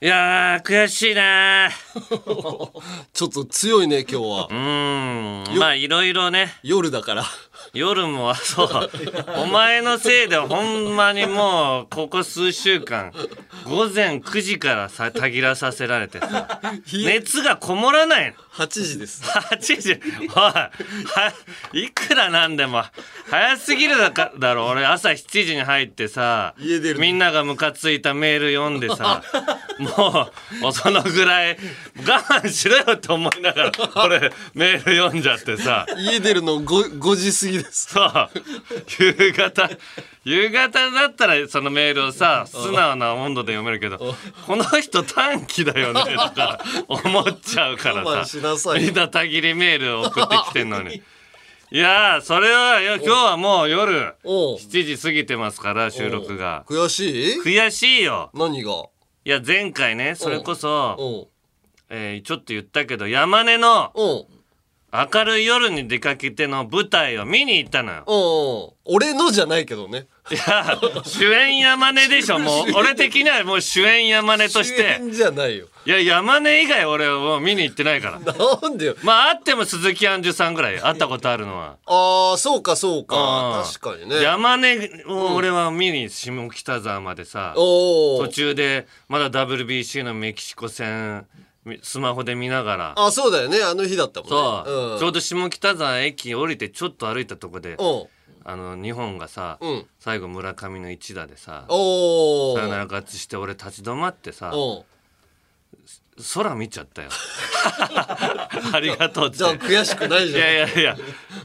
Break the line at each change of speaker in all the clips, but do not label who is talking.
いやー悔しいなー
ちょっと強いね今日は
うーんまあいろいろね
夜だから
夜も そうお前のせいでほんまにもうここ数週間午前9時からさたぎらさせられてさ熱がこもらないの
8時です
8時おいはいくらなんでも早すぎるだかだろ俺朝7時に入ってさ
家出る
みんながムカついたメール読んでさもうそのぐらい我慢しろよって思いながら俺メール読んじゃってさ
家出るの 5, 5時過ぎです
そう夕方夕方だったらそのメールをさ素直な温度で読めるけどこの人短期だよねとか思っちゃうか
我
ら
慢しな
さ
さい
みんなたぎりメールを送ってきてんのに。いやーそれはいや今日はもう夜
おう
7時過ぎてますから収録が
悔しい
悔しいよ
何が
いや前回ねそれこそ、
おう
えーちょっと言ったけど山根の
おう
明るい夜に出かけての舞台を見に行ったのよ
おう俺のじゃないけどね
いや、主演山根でしょ、 もう。俺的にはもう主演山根とし
主
て。
演じゃないよ
いや、山根以外俺はもう見に行ってないから。
なんでよ
まあ、あっても鈴木杏樹さんぐらい、会ったことあるのは。
ああそうかそう
う
か
ん
確かにね
山根を俺は見に下北沢までさ、
お
途
お
中でまだ WBC のメキシコ戦、みスマホで見ながら。
あそうだよねあの日だったもんね
そう、ちょ
う
うんど下北沢駅降りてちょっと歩いたとこで、あの、日本がさ、
うんうん
最後村上の一打でさ、
おお
さよなら勝ちして俺立ち止まってさ、
お
空見ちゃ ったよありがとうって
じゃあ悔しくない
い
じゃん
やいやいや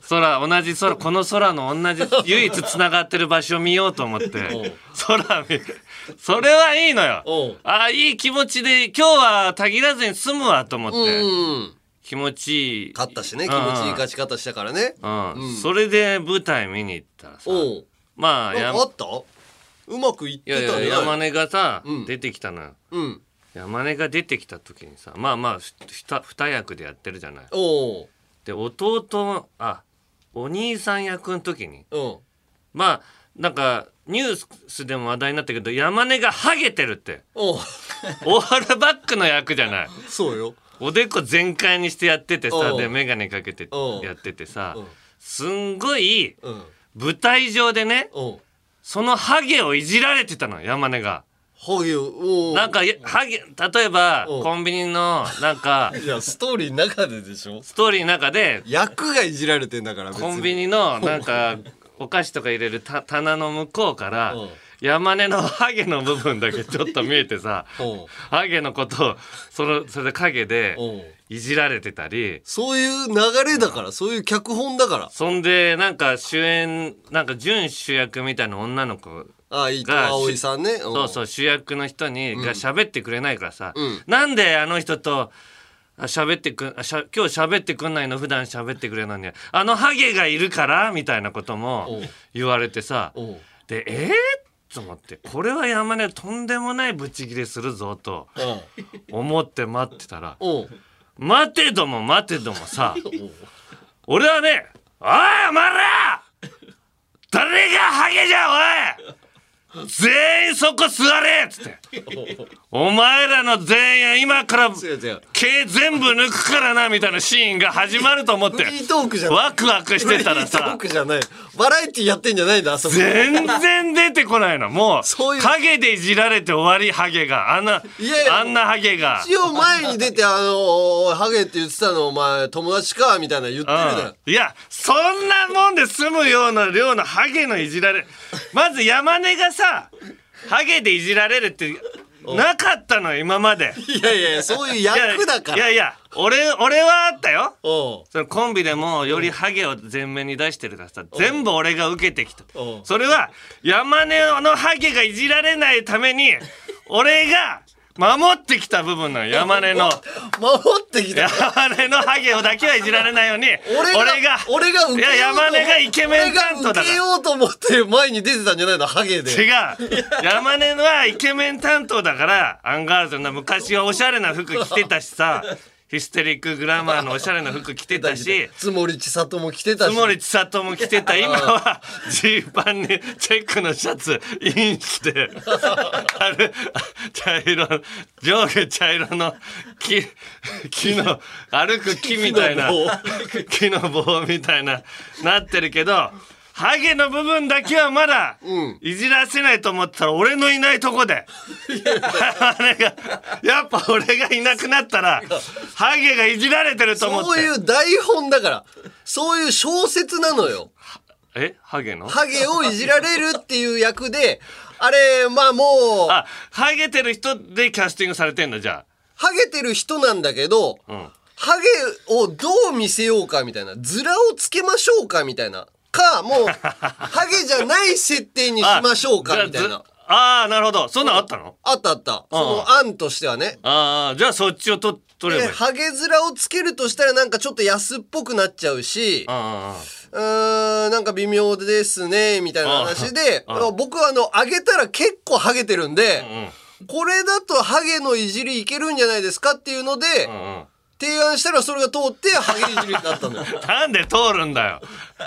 空同じ空この空の同じ唯一つながってる場所を見ようと思って空見それはいいのよ
おう
あいい気持ちで今日はたぎらずに済むわと思っ
う
て
ん
気持ちいい
勝ったしね
うん
気持ちいい勝ち方したからね
うん
うん
それで舞台見に行ったらさ
おう
まあ
なん
や
かあったうまくいっ
いや
て
い
た
や
ね
山根がさ
うん
出てきたのよ
うん
山根が出てきた時にさまあまあふふた二役でやってるじゃない
おう
で弟あお兄さん役の時に
うん
まあなんかニュースでも話題になったけど山根がハゲてるって
おう
オールバックの役じゃない
そうよ
おでこ全開にしてやっててさ
おう
で眼鏡かけて
おう
やっててさ
うん
すんごい
うん
舞台上でね
うん
そのハゲをいじられてたの山根が。
ハゲおう
なんかやハゲ例えば
おう
コンビニのなんか
いやストーリーの中ででしょ
ストーリーの中で
役がいじられてんだから別に
コンビニのなんかお菓子とか入れるた棚の向こうから
うん
山根のハゲの部分だけ ちょっと見えてさ
おう
ハゲのことをそのそれで影で
おう
いじられてたり
そういう流れだからそういう脚本だから
そんでなんか主演なんか準主役みたいな女の子
ああ伊藤葵さんね
そうそうう主役の人にが喋ってくれないからさ、
うん
なんであの人とあ喋ってくんあしゃ今日喋ってくんないの普段喋ってくれないのにあのハゲがいるからみたいなことも
おう
言われてさ
おう
でえー、と思ってこれは山根とんでもないブチギレするぞと思って待ってたら
おう
待てども待てども さ俺はね「おいお前ら誰がハゲじゃおい全員そこ座れ!」っつって「お前らの全員今から毛
違う違う
全部抜くからな」みたいなシーンが始まると思っ
フ
て
リートークじゃない
ワクワクし
フリ
て
ー
た
ト
ら
ー
さ
クじゃないバラエティやってんじゃないんだあそこ
全然出てこないのも
そう
う
いう
影でいじられて終わりハゲがあんない
やいや
あんなハゲが。
一応前に出て、あのハゲって言ってたの、お前、友達かみたいな言ってるじゃん。
うん、いやそんなもんで済むような量のハゲのいじられまず山根がさハゲでいじられるってなかったのよ今まで
いやいやいや、そういう役だから。
いやいや俺俺はあったよ
おう
そのコンビでもよりハゲを前面に出してるからさ全部俺が受けてきた
おう
それは山根のハゲがいじられないために俺が守ってきた部分なの山根 の。
守ってきた。
山根のハゲをだけはいじられないように
俺が、
俺が
俺が受けようと思っ
いや山根がイケメン担当だから
俺が受けようと思って前に出てたんじゃないの、ハゲで。
違う山根はイケメン担当だからアンガールズの昔はおしゃれな服着てたしさヒステリックグラマーのおしゃれな服着て たし
つもりちさとも来てたし
津森千里も着て た今はジーパンにチェックのシャツインしてあれ茶色上下茶色の木木の歩く木みたいな木の棒みたいななってるけどハゲの部分だけはまだいじらせないと思ったら俺のいないとこであれがやっぱ俺がいなくなったらハゲがいじられてると思って
そういう台本だからそういう小説なのよ
えハゲの
ハゲをいじられるっていう役であれまあもう
あ、ハゲてる人でキャスティングされてんだ、じゃ
ハゲてる人なんだけど、
ん
ハゲをどう見せようかみたいな、ズラをつけましょうかみたいな。か、も う、ハゲじゃない設定にし
あ。
ましょう
じゃ
か
あ
みたいな
ず。あー、なるほど。そんなんあったの
あったあった。その案としてはね。
ああ、じゃあそっちをと取れば
で
いい。
ハゲ面をつけるとしたらなんかちょっと安っぽくなっちゃうし、
あ
うーん、なんか微妙ですね、みたいな話で、
ああ
僕はあの、上げたら結構ハゲてるんで
あ、うん
これだとハゲのいじりいけるんじゃないですかっていうので、
うん うん。
提案したらそれが通ってハゲいじりになったん だよ。
なんで通るんだよ。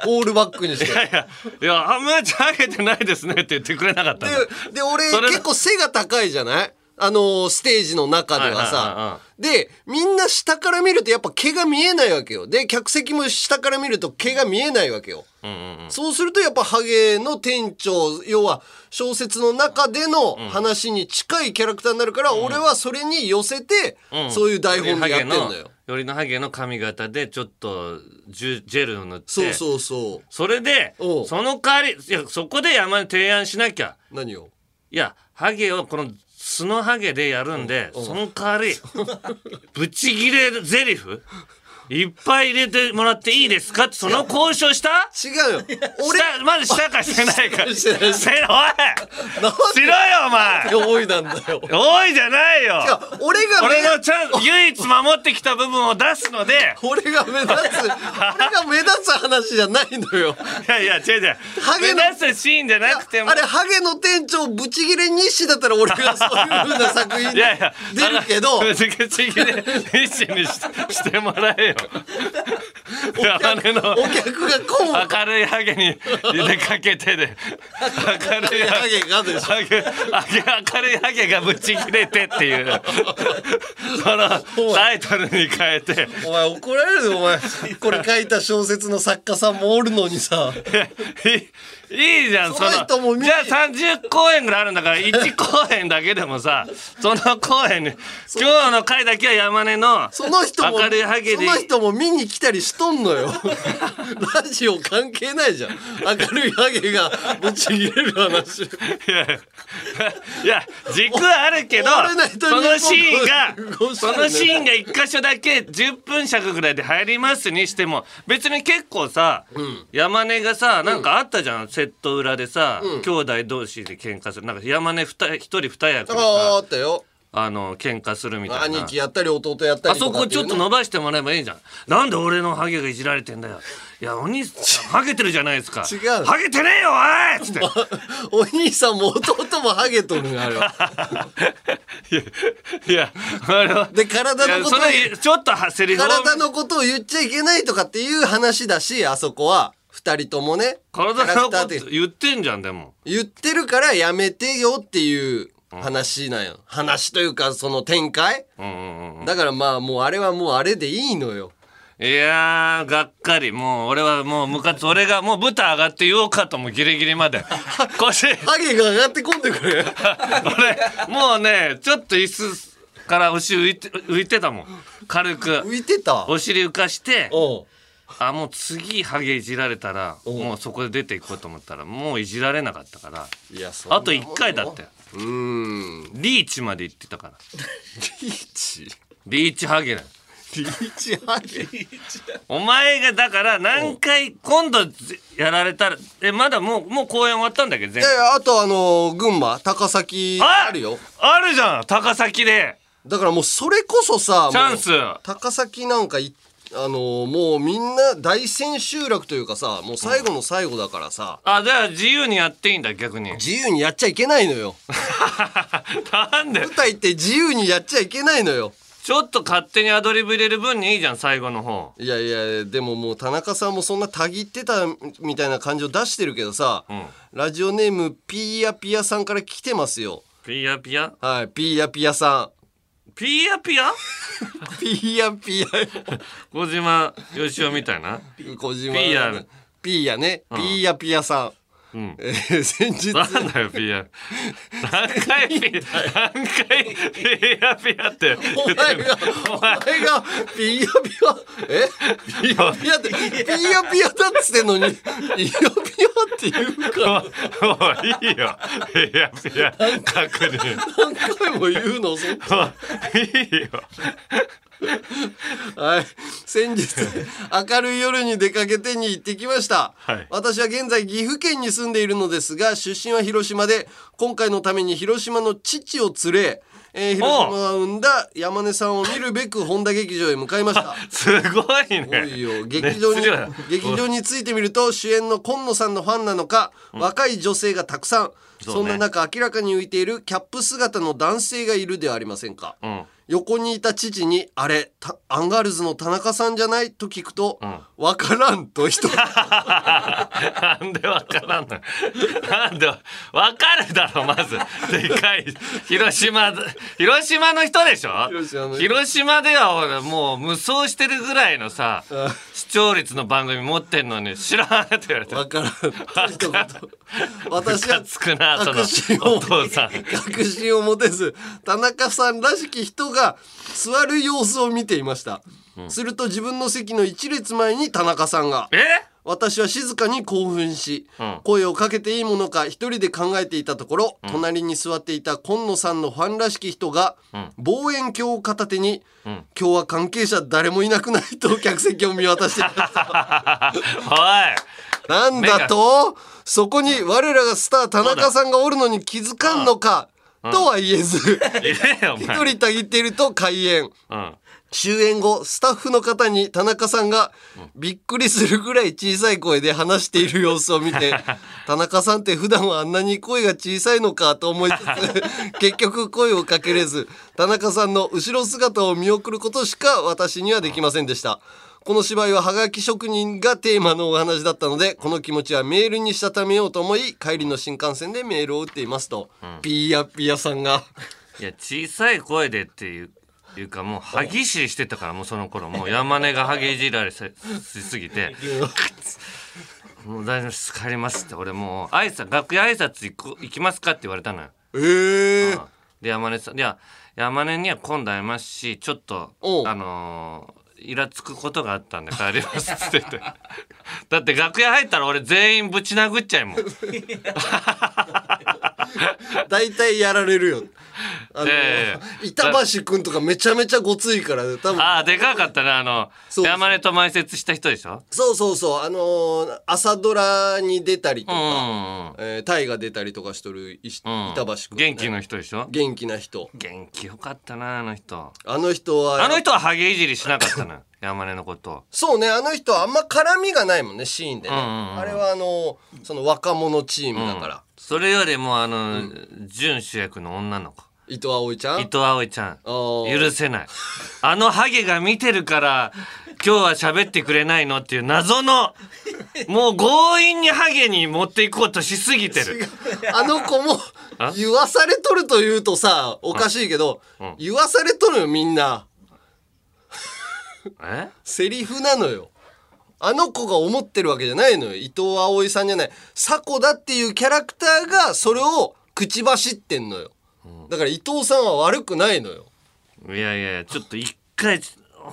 オールバックにして。
いやいや、いや、あんまりハゲてないですねって言ってくれなかったんだ。
で、で俺
それ
結構背が高いじゃないあのーステージの中では
はいはいはいは
さ。で、みんな下から見るとやっぱ毛が見えないわけよ。で、客席も下から見ると毛が見えないわけよ。
うんうんうん。
そうするとやっぱハゲの店長、要は小説の中での話に近いキャラクターになるから、俺はそれに寄せて、
うん
そういう台本でやってん
よりハ
だ
ゲ
よ
の。よりのハゲの髪型でちょっとジュジェルを塗って
そうそうそう。
それで
おう
その代わりいやそこで山に提案しなきゃ
何を
いやハゲをこの素のハゲでやるんで、 その代わりブチギレゼリフいっぱい入れてもらっていいですかってその交渉した
違うよ。 俺、
下まず 下からしてないから
してない
してないおいしろよお前
多いなんだよ。
おいじゃないよ
いや俺が目
俺のチャン唯一守ってきた部分を出すので
俺が目立つ俺が目立つ話じゃないのよ
いやいや違う違う
ハゲの
目指すシーンじゃなくても
あれハゲの店長ブチギレ日誌だったら俺がそういう風な作品
いやいや、
出るけ ど
難しいで、熱心にししてもらえよ。鋼の
お客がこむ
明るいハゲに出かけてで、明るいハ
ハ
ゲ。
ゲがでしょ
ハゲ明るいハゲがぶち切れてっていう そのタイトルに変えて
お前怒られるぞお前これ書いた小説の作家さんもおるのにさ
いいいいじゃんそ
その
の
人も見
じ
て
ゃあ30公演ぐらいあるんだから1公演だけでもさその公演に今日の回だけは山根の
その人も
明るいハゲ
そ
で
の人も見に来たりしとんのよラジオ関係ないじゃん明るいハゲがブチギレる話
いやいやいや軸はあるけど
オールナイト
そのシーン
ニッ
が
ポン
そのシーンが1箇所だけ10分尺ぐらいで入りますにしても別に結構さ、山根がさなんかあったじゃん、セット裏でさ、兄弟同士で喧嘩するなんか山根二人一人二役で
ああ
さ
あったよ
あの喧嘩するみたいな
兄貴やったり弟やった
あ
りと
そ
か
こ
っ
ち
てい
ょ
う
っ
ね
と伸ばしてもらえばいいじゃん。なんで俺のハゲがいじられてんだよ。いや、お兄さん、ハゲてるじゃないですか。
違う
ハゲてねえよ、おいつって。
お兄さんも弟もハゲとるん あれは。
いや、あれは。
で、体のことを、
いやそれちょっとはセリフを
体のことを言っちゃいけないとかっていう話だし、あそこは。二人ともね。キ
体
ャラ
の
クター
こ
って
と言ってんじゃんでも
言ってるからやめてよっていう話なんよ。話というか、その展開
うんうんうんうん
だからまあ、もうあれはもうあれでいいのよ。
いやーがっかりもう俺はもうムカつ俺がもう舞台上がって言おうかともギリギリま で腰
ハゲが上がってこんでくれ。
俺もうねちょっと椅子からお尻浮いて浮いてたもん軽く
浮いてた。
お尻浮かして
おう
あもう次ハゲいじられたら
お
もうそこで出ていこうと思ったらもういじられなかったから
いや、そんな
あと1回だって
うーん。
リーチまで行ってたから
リーチ。
リーチハゲだよ
リーチハゲ。
お前がだから何回今度やられたらえまだもうもう公演終わったんだっけど全
いやいや、あとあの、群馬、高崎あるよ。
あるじゃん高崎で
だからもうそれこそさ、
チャンス
もう高崎なんかい、あのーもうみんな大千秋楽というかさ、もう最後の最後だからさ、
あじゃあ自由にやっていいんだ逆に
自由にやっちゃいけないのよ。
なんで
舞台って自由にやっちゃいけないのよ。
ちょっと勝手にアドリブ入れる分にいいじゃん最後の方
いやいやでももう田中さんもそんなたぎってたみたいな感じを出してるけどさ、ラジオネームピーヤピヤさんから来てますよ
ピヤピヤ
はいピーヤピヤさ
ピヤピヤ
ん ピーヤピヤ
小島よしおみたいな
小島
ピーヤ
ピーヤね、ピーヤピヤさん、
ん
えー先日
なんだよピヤ何回ピヤ何回ピヤピヤって
お前が、お前が、ピーヤピヤ、えピーヤピヤって、ピーヤピヤだっつってんのに、ピーヤピヤって言 うから、
もういいよピヤピヤ確認
何回も言うの、そ
もういいよ
はい、先日明るい夜に出かけてに行ってきました、
はい
私は現在岐阜県に住んでいるのですが出身は広島で今回のために広島の父を連れ、えー広島が生んだ山根さんを見るべく本田劇場へ向かいました
すごい
すごい
ね
よ劇場に
熱量だ
劇場についてみると主演の今野さんのファンなのか、若い女性がたくさんそ,、
そうね
んな中明らかに浮いているキャップ姿の男性がいるではありませんか、
うん
横にいた父に「あれたアンガールズの田中さんじゃない?」と聞くと
ん
「わ、からん」と一言
なんでわからんのなんでわかるだろまずでかい広島広島の人でしょ
広島の人
広島では俺もう無双してるぐらいのさ視聴率の番組持ってんのに知らんって言われて
わからん」と一
わか
言私は
ムカつくなその
確信を
お父さん
確信を持てず田中さんらしき人が座る様子を見ていました、すると自分の席の一列前に田中さんが
え
私は静かに興奮し、
うん
声をかけていいものか一人で考えていたところ、隣に座っていた今野さんのファンらしき人が、望遠鏡を片手に、今日は関係者誰もいなくない と客席を見渡 していました
お
なんだとそこに我らがスター田中さんがおるのに気づかんのかとは 言えず
いええよお前
一人たぎっていると開演
うん
終演後スタッフの方に田中さんがびっくりするぐらい小さい声で話している様子を見て田中さんって普段はあんなに声が小さいのかと思いつつ結局声をかけれず田中さんの後ろ姿を見送ることしか私にはできませんでした。この芝居はハガキ職人がテーマのお話だったのでこの気持ちはメールにしたためようと思い帰りの新幹線でメールを打っていますと、ピーヤピーヤさんが
いや小さい声でっていういうかもう歯ぎしりしてたからもうその頃もう山根が歯ぎじられせしすぎて「もう大丈夫です帰ります」って俺もう挨拶楽屋挨拶行こ行きますかって言われたのよ。
えー、
で山根さんいや山根には今度会いますしちょっと
おう
あのーイラつくことがあったんで帰りますっつって てだって楽屋入ったら俺全員ぶち殴っちゃいもん
大体やられるよ。あの、
いやいやいや
板橋くんとかめちゃめちゃごついから、ね、多分。
ああでかかったねあの
そうそう
山根と前説した人でしょ
そうそうそう、あのー朝ドラに出たりと
うんう
か、
んうん
えータイが出たりとかしとるいし
うん
板橋くん、
元気の人でしょ
元気な人。
元気よかったなあの人
あの人は、
あの人はハゲいじりしなかったな 山根のこと
そうね、あの人はあんま絡みがないもんね、シーンでね。
うんうんうん
あれはあのーその若者チームだから。
それよりもあの、準主役の女の子
伊藤葵ちゃん
伊藤葵ちゃん
あー
許せないあのハゲが見てるから今日は喋ってくれないのっていう謎の もう強引にハゲに持っていこうとしすぎてる
あの子も
あ
言わされとるというとさおかしいけど、
うん
言わされとるよみんな
え
セリフなのよあの子が思ってるわけじゃないのよ伊藤葵さんじゃない佐子だっていうキャラクターがそれを口走ってんのよだから伊藤さんは悪くないのよ
いやいやちょっと一回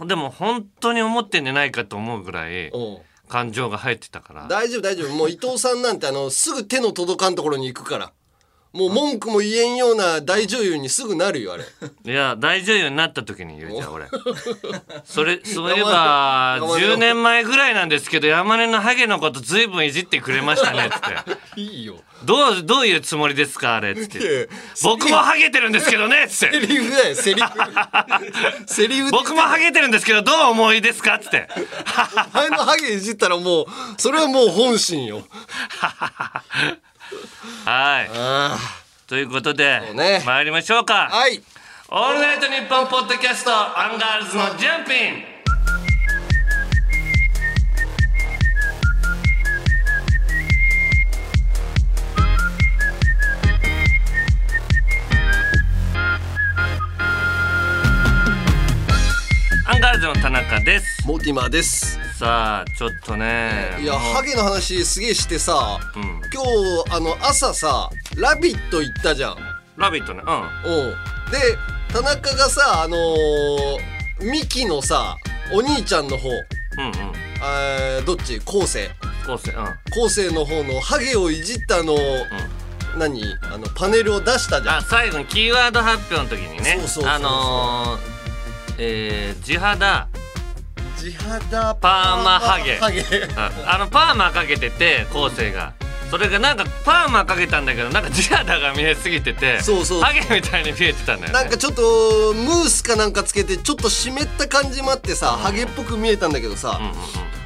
でも本当に思ってんじゃないかと思うぐらい
うん
感情が入ってたから
大丈夫大丈夫もう伊藤さんなんてあのすぐ手の届かんところに行くからもう文句も言えんような大女優にすぐなるよあれ
いや大女優になった時に言うじゃん俺それそういえ
山
ば
根山根の
10年前ぐらいなんですけど山根のハゲのことずいぶんいじってくれましたねっつって
いいよ
「どうどういうつもりですかあれ」っつっ
いやいや
て「僕もハゲてるんですけどね」っつっ
セ
て
リフだよセリフ セリ
「
フで
僕もハゲてるんですけどどう思いですか?」っつって
お前のハゲいじったらもうそれはもう本心よ
はい
あ
ということで
うね
参りましょうか
あはい
「オールナイトニッポンポッドキャストアンガールズのジャンピンアンガールズの田中です
モーティマーです
さあちょっとね
いや
もう
ハゲの話すげえしてさ
うん
今日あの朝さ「ラビット!」行ったじゃん
ラビットねう
おうで田中がさあのーミキのさお兄ちゃんの方
んうんうん
えーどっち昴生
昴生うん
昴生の方のハゲをいじったのを、何あのパネルを出したじゃん
あ最後にキーワード発表の時にね
そうそうそうそう
あのー、えー、地肌
地肌
パーマハゲ
ハゲ
ああのパーマかけてて後世がそれがなんかパーマかけたんだけどなんか地肌が見えすぎてて
そうそう
ハゲみたいに見えてたんだよ、ね、
なんかちょっとムースかなんかつけてちょっと湿った感じもあってさハゲっぽく見えたんだけどさ
うん、うん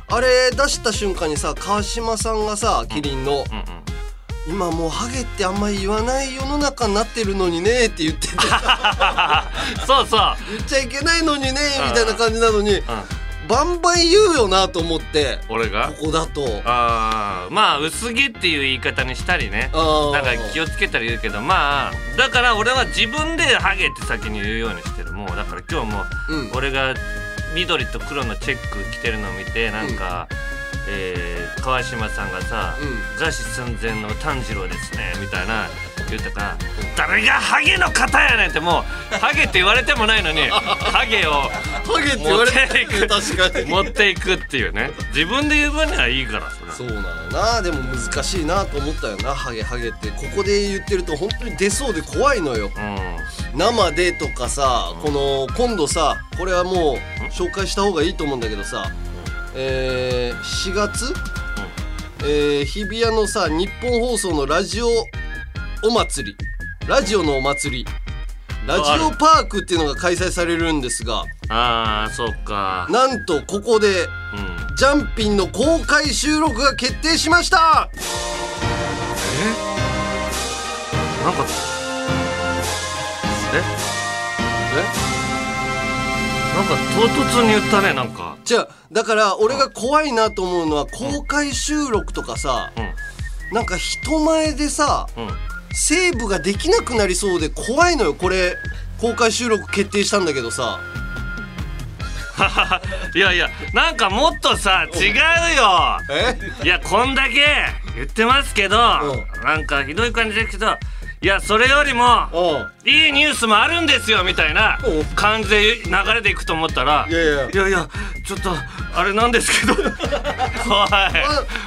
あれ出した瞬間にさ川島さんがさキリン
うん
の
うんうん
「今もうハゲってあんまり言わない世の中になってるのにね」って言ってて
そうそう、
言っちゃいけないのにねみたいな感じなのに
う
バンバン言うよなと思って
ん、俺が
ここだと
あーまあ薄毛っていう言い方にしたりね
あー
なんか気をつけたり言うけどまあだから俺は自分でハゲって先に言うようにしてるもうだから今日もう
うん
俺が緑と黒のチェック着てるのを見てなんか、えー川島さんがさ
う
「
ん
餓死寸前の炭治郎ですね」みたいな言ったから「誰がハゲの方やねん」ってもうハゲって言われてもないの にハゲを
ハゲって言われてるね
持
確かに
持っていくっていうね自分で言う分にはいいからそれ
そうなのなでも難しいなと思ったよなハゲハゲってここで言ってると本当に出そうで怖いのよ
うん
生でとかさこの今度さこれはもう紹介した方がいいと思うんだけどさえー4月えー日比谷のさ日本放送のラジオお祭りラジオのお祭りラジオパークっていうのが開催されるんですが
ああそうか
なんとここで
うん
ジャンピンの公開収録が決定しました
なんかえなんか唐突に言ったねなんか
じゃあだから俺が怖いなと思うのは公開収録とかさ
う
なんか人前でさ
んうん
セーブができなくなりそうで怖いのよこれ公開収録決定したんだけどさ
いやいやなんかもっとさ違うよ
え
いやこんだけ言ってますけど
う
なんかひどい感じですけどいやそれよりも
おう
いいニュースもあるんですよみたいな
お
感じで流れていくと思ったら
いやいや
いやいやちょっとあれなんですけ ど怖い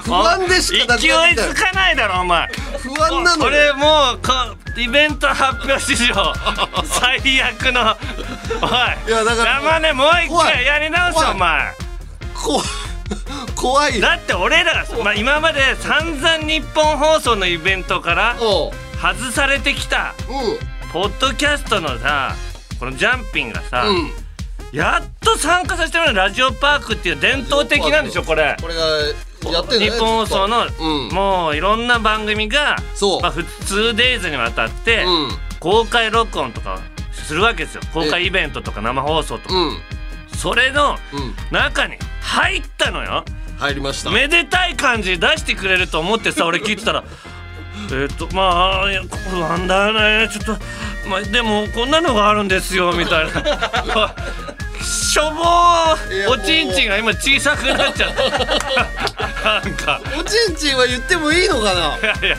不安でしかなくな
勢
っ
い
てきたよ
つかないだろお前
不安なの
こ
よ
れもうかイベント発表史 上最悪のおい
いやだから
山根もう一
怖い
回やり直せ
怖い
お前
こ怖い
だって俺らが、まあ、今まで散々日本放送のイベントから
おう
外されてきた
う
ポッドキャストのさこのジャンピンがさ、
んうん
やっと参加させてもらうラジオパークっていう伝統的なんでしょこれ
これがやってんのね
日本放送の
ずっとうん
もういろんな番組が、
そう
まあ、普通デイズにわたって、
うん
公開録音とかするわけですよ公開イベントとか生放送と
う
か
ん
それの
うん
中に入ったのよ
入りました
めでたい感じ出してくれると思って さ俺聞いてたらえっとまあいや不安だねちょっとまあでもこんなのがあるんですよみたいな しょぼ
いや
ー
も
お
う
ちんちんが今小さくなっちゃったなんか
おちんちんは言ってもいいのかない
やいや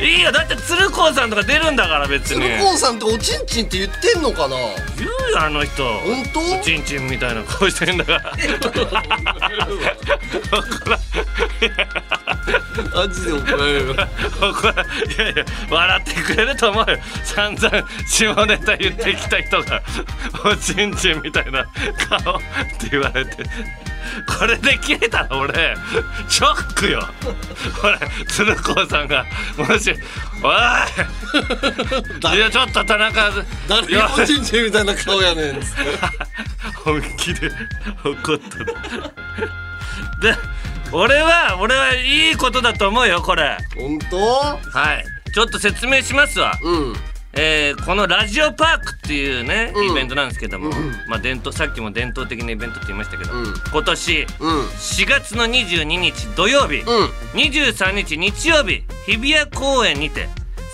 いいよだって鶴光さんとか出るんだから別に
鶴光さんっておちんちんって言ってんのかな
言うよあの人
本当
おちんちんみたいな顔してんだから
マジで怒られる
怒らいやいや笑ってくれると思うよ散々下ネタ言ってきた人がおちんちんみたいな顔って言われてこれで切れたら俺ショックよほら鶴光さんがもし「おいいやちょっと田中
誰
いや
がおちんちんみたいな顔やねんっつって
本気で 怒ったので俺は俺はいいことだと思うよこれ
本当
はいちょっと説明しますわ
うん
えーこのラジオパークっていうね、
うん
イベントなんですけども、まあ伝統さっきも伝統的なイベントって言いましたけど、
うん
今年
うんうん
4月の22日土曜日、23日日曜日日比谷公園にて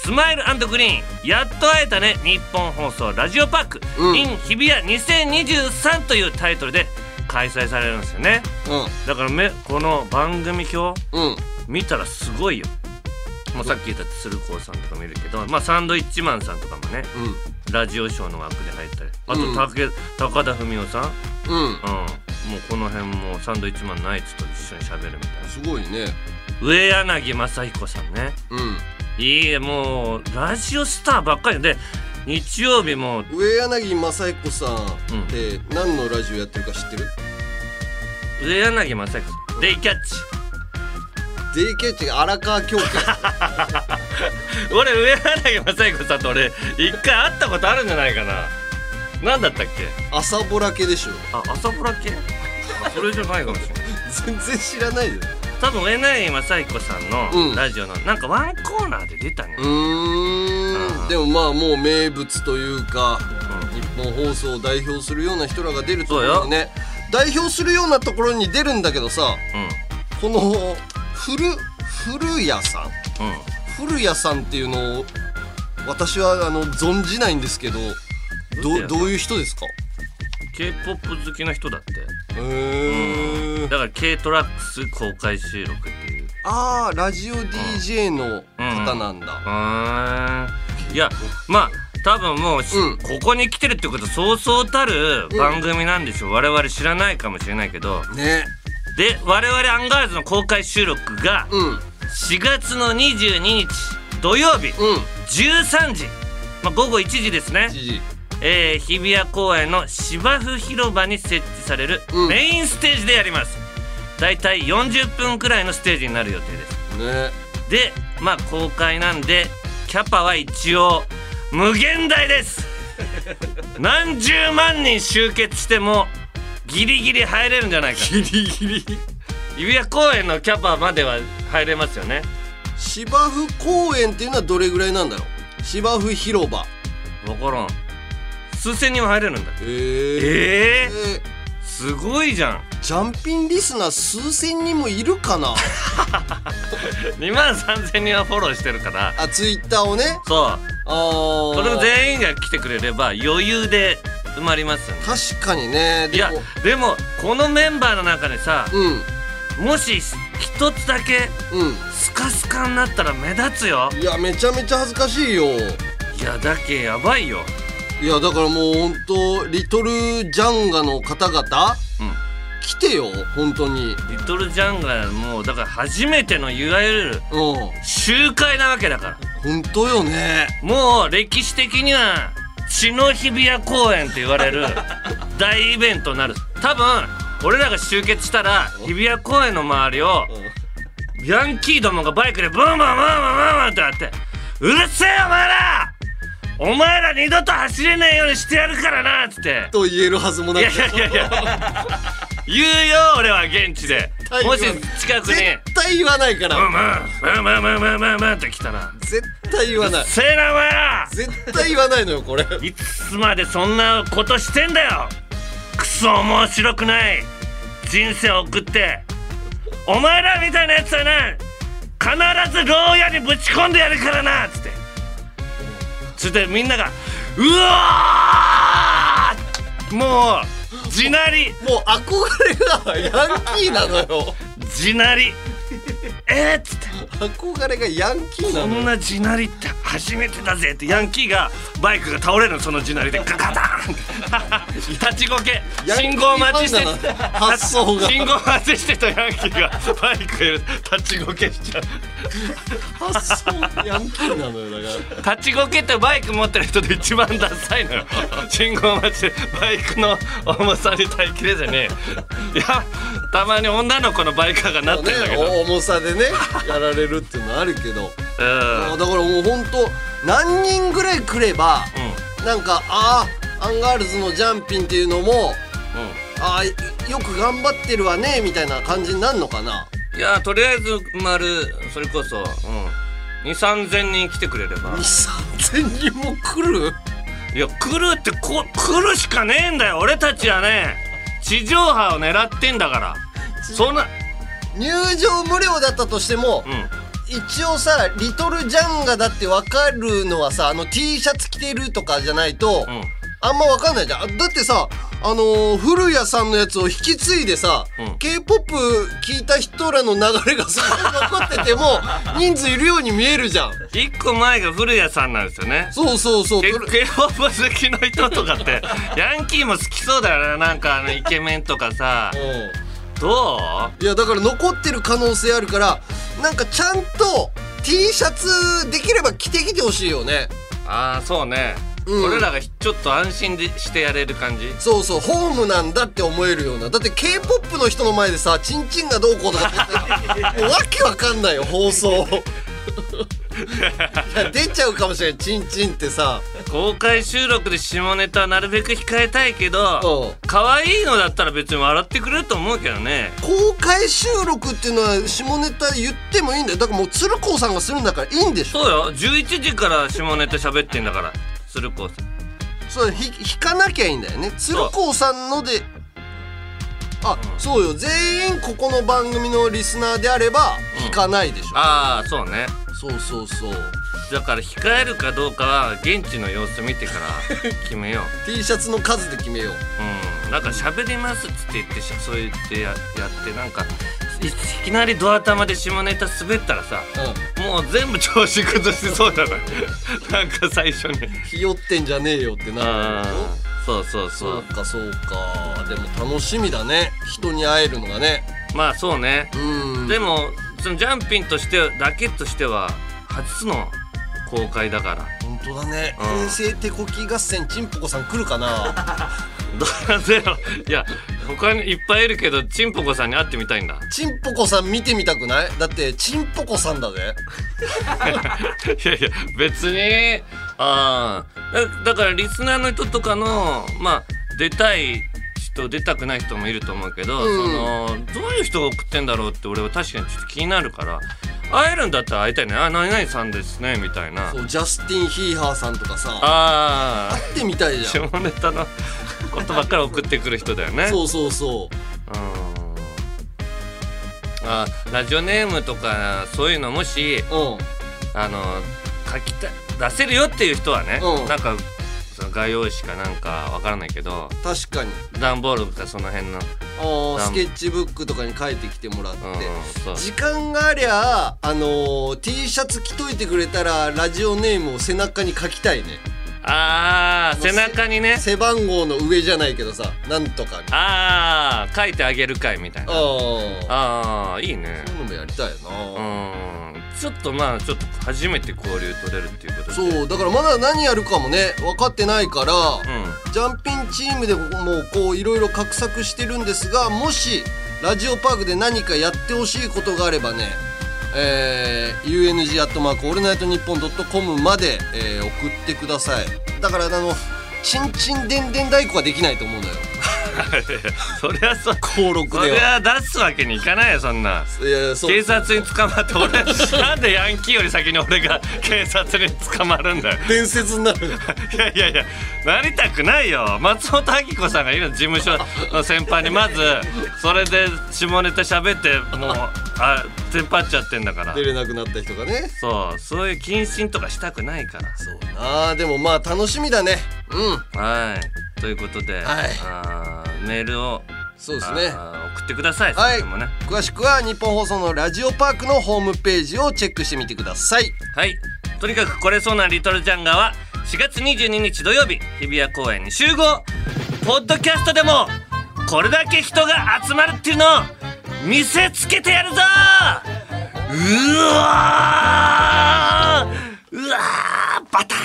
スマイルグリーンやっと会えたね日本放送ラジオパーク、
うん
in 日比谷2023というタイトルで開催されるんですよねだからめこの番組表
うんうん
見たらすごいよもうさっき言った鶴光さんとかもいるけど、まあ、サンドイッチマンさんとかもねラジオショーの枠で入ったりあ
うん
と竹、高田文夫さん、うん、
うんうん
もうこの辺もサンドイッチマンナイツと一緒に喋るみたいな
すごいね
上柳正彦さんね
う
いいもうラジオスターばっかりで日曜日も
ん上柳正彦さん
うん
って何のラジオやってるか知ってる
上柳正彦さんデイキャッチ
DK 値が荒川京家
俺上柳正彦さんと俺一回会ったことあるんじゃないかな何だったっけ
朝ぼらけでしょ
あ朝ぼら系あそれじゃないかもしれない
全然知らないよ
多分上柳正彦さん
うん
のラジオの、なんかワンコーナーで出たね、
うー
あ
ん
ー
でもまあもう名物というか
うん
日本放送を代表するような人らが出るとこ
そう
ろ
よ
にね代表するようなところに出るんだけどさこの古古谷さん
うんうん
古谷さんっていうのを私はあの存じないんですけど
古
ど
谷
どういう人ですか
k p o p 好きな人だって
へー
だから K トラックス公開収録っていう
ああラジオ DJ の方なんだ、
あーいやまあ多分もうし、
うん
ここに来てるってことそうそうたる番組なんでしょう、我々知らないかもしれないけど
ね
で我々アンガールズの公開収録が
うんうん
4月の22日土曜日13時、まあ、午後1時ですね、
じじ
えー日比谷公園の芝生広場に設置される
うん
メインステージでやります、だいたい40分くらいのステージになる予定です
ね
でまあ公開なんでキャパは一応無限大です 何十万人集結してもギリギリ入れるんじゃないか
ギリギリ
指輪公園のキャパまでは入れますよね
芝生公園っていうのはどれぐらいなんだろう芝生広場
分からん数千人は入れるんだ
えー、え
ええ
ー
すごいじゃん
ジャンピンリスナー数千人もいるかな
2万3000人はフォローしてるから
あツイッターをね
そう
ああ
それを全員が来てくれれば余裕で埋まりますよね
確かにね
い
で
や
も
でもこのメンバーの中でさ
う
もし一つだけ
んうん
スカスカになったら目立つよ
いやめちゃめちゃ恥ずかしいよ
いやだけやばいよ
いやだからもうほんとリトルジャンガの方々
う
来てよ本当に
んリトルジャンガもうだから初めてのいわゆる
うん
集会なわけだから
本当よね
もう歴史的には血の日比谷公園って言われる大イベントになる多分俺らが集結したら日比谷公園の周りをヤンキーどもがバイクでブンブンブンブンブンブンってなって「うるせえお前らお前ら二度と走れないようにしてやるからな」っつって
と言えるはずもないく
やいやいやいや言うよ俺は現地で
対
もし
言う
近くに
絶対言わない
「
から、
うんうんうんうんうんうんうん」って来たら
絶対言わな
「
い
せえなお前ら
絶対言わないのよこれ
いつまでそんなことしてんだよクソ面白くない人生を送ってお前らみたいなやつはな必ず牢屋にぶち込んでやるからな」つってつってみんなが「うわー!」もう地鳴り
もう憧れがヤンキーなのよ
地鳴りえーっつって
憧れがヤンキーな
こ
のよ
んな地鳴りって初めてだぜってヤンキーがバイクが倒れるのその地鳴りでガガダーンって 立ちこけ
ヤンキー
信号待ちして
ファンだな発想が
信号待ちしてたヤンキーがバイクで立ちこけしちゃう
発想がヤンキーなのよだから
立ちこけってバイク持ってる人で一番ダサいの よ信号待ちでバイクの重さに耐えきれずにいやたまに女の子のバイカーがなってるんだけど、
ね、重さでねやられるっていうのはあるけど
うん
あだからもうほんと何人ぐらい来ればなんかああアンガールズのジャンピンっていうのも
うんうん
ああよく頑張ってるわねみたいな感じになるのかない
やとりあえず丸それこそ、うん、 2 3 0 0人来てくれれば
3000人も来る
いや来るってこ来るしかねえんだよ俺たちはね地上波を狙ってんだからそんな
入場無料だったとしても、
うん
一応さリトルジャンガだって分かるのはさあの T シャツ着てるとかじゃないと、
うん
あんま分かんないじゃんだってさあのー古谷さんのやつを引き継いでさ、
うん
k p o p 聞いた人らの流れがそこに残ってても 人数いるように見えるじゃん
1個前が古谷さんなんですよね
そうそうそう
結局 K-POP 好きの人とか ってヤンキーも好きそうだよねなんかあのイケメンとかさ
うん
ど
いやだから残ってる可能性あるからなんかちゃんと T シャツできれば着てきてほしいよね
うああそうね、
うん
俺らがちょっと安心でしてやれる感じ
そうそうホームなんだって思えるようなだって k p o p の人の前でさチンチンがどうこうとか言ってたらもうわけわかんないよ放 送いや出ちゃうかもしれないチンチンってさ
公開収録で下ネタはなるべく控えたいけど
うん
可愛いのだったら別に笑ってくれると思うけどね
公開収録っていうのは下ネタ言ってもいいんだよだからもう鶴光さんがするんだからいいんでしょ
そうよ11時から下ネタ喋ってんだから鶴子さん
そうひ引かなきゃいいんだよね鶴光さんのであそうよ全員ここの番組のリスナーであれば引かないでしょ、
ああそうね
そうそうそう
だから控えるかどうかは現地の様子見てから決めよ
T シャツの数で決めよう
ううんなんか喋りますっつって言ってしそう言ってややってなんかいいきなりドア玉で下ネタ滑ったらさ
うん
もう全部調子崩しそうじゃないなんか最初に
ひよってんじゃねえよってなるでしょ
あーそうそうそ
そう
う
かそうかでも楽しみだね人に会えるのがね
まあそうね
うん
でもそのジャンピンとしてだけとしては初の公開だから
本当だね
うん
平成手こき合戦ちんぽこさん来るか な
どうせよいや他にいっぱいいるけどちんぽこさんに会ってみ たいんだ
ちんぽこさん見てみたくないだってちんぽこさんだぜ
いやいや別にああだからリスナーの人とかのまあ出たい人出たくない人もいると思うけど、
うん
そのどういう人が送ってんだろうって俺は確かにちょっと気になるから会えるんだったら会いたいねあ何々さんですねみたいな
そうジャスティン・ヒーハーさんとかさ
ああ
会ってみたいじゃん
下ネタのことばっかり送ってくる人だよね。
そうそうそう
うんあラジオネームとかそういうのもし
うん
あの書きた出せるよっていう人はね、
うん
なんかその概要紙かなんかわからないけど
確かに
段ボールかその辺の、
あースケッチブックとかに書いてきてもらって、
うん、そう
時間がありゃあのー T シャツ着といてくれたらラジオネームを背中に書きたい ね
ああ
もうせ
背中にね
背番号の上じゃないけどさなんとかにあ
ああ書いてあげるかいみたいな
あ
ああいいね
そういうのもやりたいな、
うんちょっとまあちょっと初めて交流取れるっていうことで
そうだからまだ何やるかもね分かってないから、
うん
ジャンピンチームでもうこういろいろ画策してるんですがもしラジオパークで何かやってほしいことがあればねえー、UNG アットマークオールナイトニッポンドットコムまで、えー送ってくださいだからあのチンチンでんでん太鼓はできないと思うのよ
そりゃそう
登録
そ
で
り
は
ゃ出すわけにいかないよそんない
やそう
警察に捕まって俺なんでヤンキーより先に俺が警察に捕まるんだよ
伝説になる
いやいやいやなりたくないよ松本明子さんがいる事務所の先輩にまずそれで下ネタ喋ってもうあテンパっちゃってんだから
出れなくなった人がね
そうそういう謹慎とかしたくないから
そうあーでもまあ楽しみだねうん
はいということで、
はい
あーメールを
そうですね
あー送ってください
はい
それもね
詳しくは日本放送のラジオパークのホームページをチェックしてみてください
はい。とにかく来れそうなリトルジャンガーは4月22日土曜日日比谷公園に集合。ポッドキャストでもこれだけ人が集まるっていうのを見せつけてやるぞ。うわーうわーバタ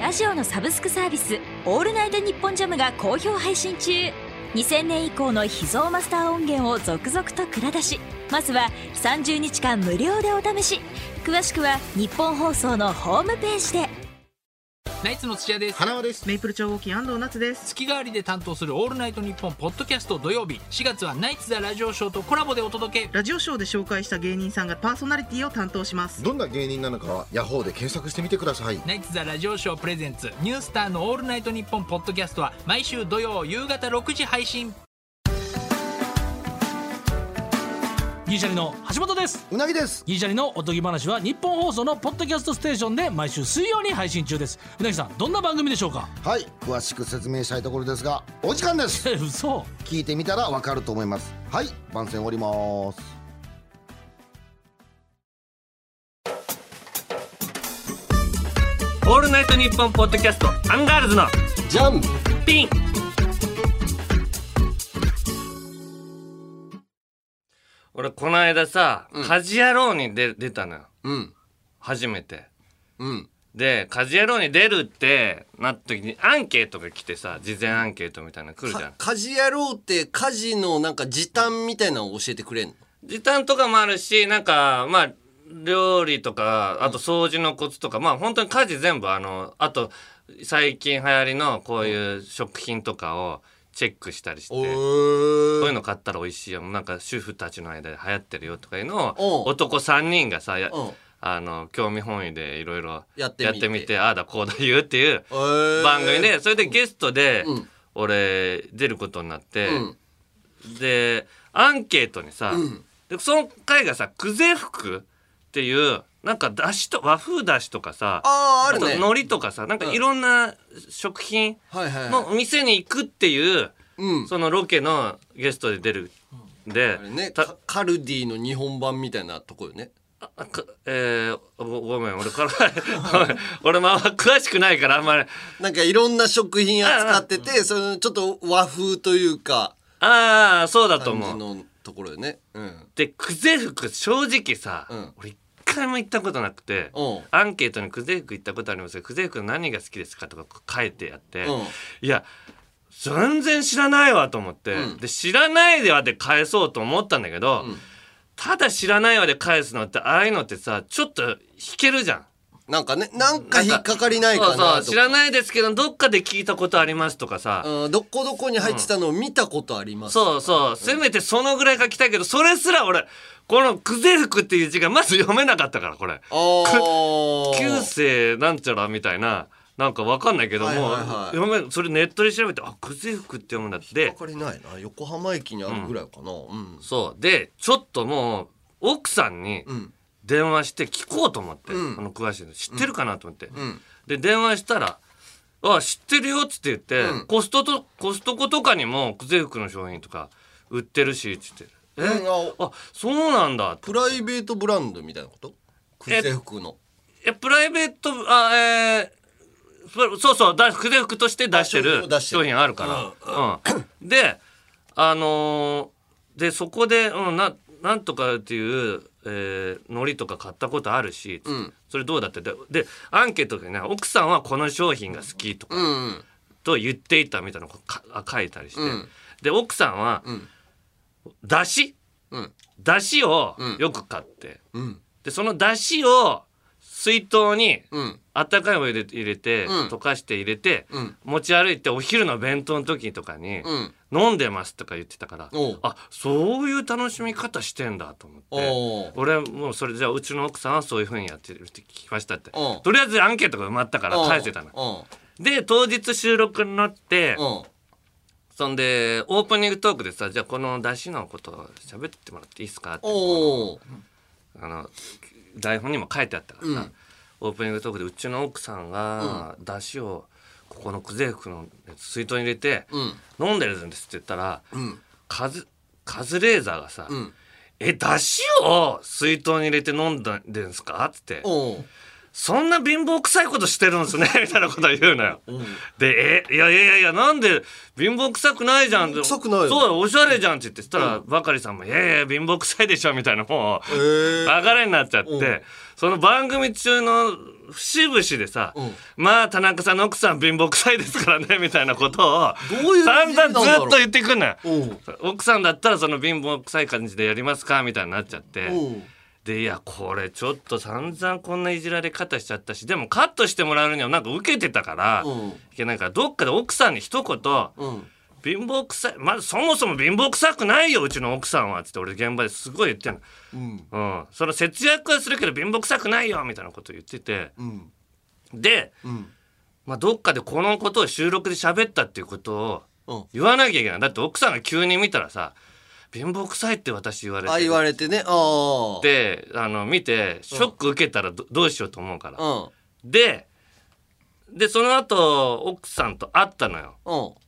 ラジオのサブスクサービス「オールナイトニッポンジャム」が好評配信中2000年以降の秘蔵マスター音源を続々と蔵出しまずは30日間無料でお試し詳しくは日本放送のホームページで
ナイツの土屋です
花輪です
メイプル超合金安藤夏です
月替わりで担当する「オールナイトニッポン」ポッドキャスト土曜日4月は「ナイツ・ザ・ラジオショー」とコラボでお届け
ラジオショーで紹介した芸人さんがパーソナリティを担当します
どんな芸人なのかはヤホーで検索してみてください
ナイツ・ザ・ラジオショープレゼンツニュースターの「オールナイトニッポン」ポッドキャストは毎週土曜夕方6時配信
ギリシャリの橋本です
うなぎです
ギリシャリのおとぎ話は日本放送のポッドキャストステーションで毎週水曜に配信中ですうなぎさんどんな番組でしょうか
はい詳しく説明したいところですがお時間です
え嘘
聞いてみたらわかると思いますはい番宣終わります
オールナイトニッポンポッドキャストアンガールズの
じゃん
ピン俺この間さ「家事野郎」に出出たのよ
うん
初めて
うん
で「家事野郎」に出るってなった時にアンケートが来てさ事前アンケートみたいなの来るじゃ
か
ん
家事やろうって家事のなんか時短みたいなのを教えてくれんの
時短とかもあるしなんかまあ料理とかあと掃除のコツとか、まあ本当に家事全部あのあと最近流行りのこういう食品とかをチェックしたりして、こういうの買ったら美味しいよなんか主婦たちの間で流行ってるよとかいうの
お
を
う
男3人がさや
うん
あの興味本位でいろいろ
やってみ
や
て
ってみてああだこうだ言うっていう番
番
組でそれでゲストで
うん
俺出ることになって
うん
でアンケートにさ
ん
でその回がさ「久世福」っていうなんかだしと和風だしとかさ
ああある
と
ね
海苔とかさなんかいろんな食品
はいはい
の
は
お店に行くっていう。
いうん
そのロケのゲストで出るで
あれ、ね
た
カカルディの日本版みたいなとこよね
あかえーごごめん俺から ごめん俺まあ詳しくないからあんまり
なんかいろんな食品扱っててそのちょっと和風というか
ああそうだと
感じ
思う
のところよねうん
で久世福正直さ、
うん
俺一回も行ったことなくて
うん
アンケートに久世福行ったことありますが久世福の何が好きですかとか書いてあって、
うん
いや全然知らないわと思って、
うん
で知らないではで返そうと思ったんだけど、
うん
ただ知らないわで返すのってああいうのってさちょっと引けるじゃん。
なんかねなんか引っかかりないかなと
そうそう知らないですけどどっかで聞いたことありますとかさ、
うんどこどこに入ってたのを見たことあります
そうそうせめてそのぐらい書きたいけどそれすら俺この「くぜふく」っていう字がまず読めなかったからこれ
あー
旧世なんちゃらみたいななんかわかんないけども、
はいはいはい
読めそれネットで調べてあくぜふくって読むんだって
引っ
で
かかりないな横浜駅にあるぐらいかなうん
そうでちょっともう奥さんに
うん
電話して聞こうと思って、
うん
この詳しいの知ってるかなと思って、
うん
で電話したら「あ知ってるよ」っつって言って、
うん
コストとコストコとかにも久世福の商品とか売ってるしっつって「え、
うん
あそうなんだ」
プライベートブランドみたいなこと久世福の
えプライベートあえーそそうそうだ久世福として出して
あ商品
る
を出してる
商品あるから、うん、であのーでそこで、うん、ななんとかっていう、えー、海苔とか買ったことあるし、
ん
それどうだってででアンケートでね奥さんはこの商品が好きとか、
うん
と言っていたみたいなのをかあ書いたりして、
うん
で奥さんは、
ん
だし
うん
だしを
うん
よく買って、
うん
でそのだしを水筒に
うん
温かいお湯で入れて、
うん
溶かして入れて、
うん
持ち歩いてお昼の弁当の時とかに、
うん
飲んでますとか言ってたから
おう
あそういう楽しみ方してんだと思って。
おー
俺もうそれじゃあうちの奥さんはそういう風にやってるって聞きましたって
うん
とりあえずアンケートが埋まったから返せたの
の
で当日収録になって
うんうん
そんでオープニングトークでさ「じゃあこの出汁のこと喋ってもらっていいですか?」って
おー
あの台本にも書いてあったからさ、
うん
オープニングトークでうちの奥さんが出汁をここの久世福の水筒に入れて
うん
飲んでるんですって言ったら、
うん
カズカズレーザーがさ「
うん
え出汁を水筒に入れて飲んだんですか?」っつって
おー
「そんな貧乏臭いことしてるんですね」 みたいなこと言うのよ。
うん
で「えいやいやいやいやなんで貧乏臭くないじゃん」
臭くないよ
そうだよおしゃれじゃん」って言ってそしたら、ばかりさんも「いやいや貧乏臭いでしょ」みたいなもう、
えー
流れになっちゃって、
うん
その番組中の節々でさ、
うん
まあ田中さんの奥さん貧乏臭いですからねみたいなことを
どういう
散々ずっと
っ
言ってくんのよ
と。言
奥さんだったらその貧乏臭い感じでやりますかみたいになっちゃって
おうおう
でいやこれちょっと散々こんないじられ方しちゃったしでもカットしてもらうにはなんか受けてたから、
うん
いけないからどっかで奥さんに一言
うん
貧乏くさいまずそもそも貧乏くさくないようちの奥さんは」っつって俺現場ですごい言ってんの、
うん
うん、その節約はするけど貧乏くさくないよみたいなこと言ってて
うん
で、
うん
まあ、どっかでこのことを収録で喋ったっていうことを
うん
言わなきゃいけないだって奥さんが急に見たらさ「貧乏くさい」って私言われて
あ言われてねああ
であの見てショック受けたらどどうしようと思うから
う、ん
ででその後奥さんと会ったのよ
うん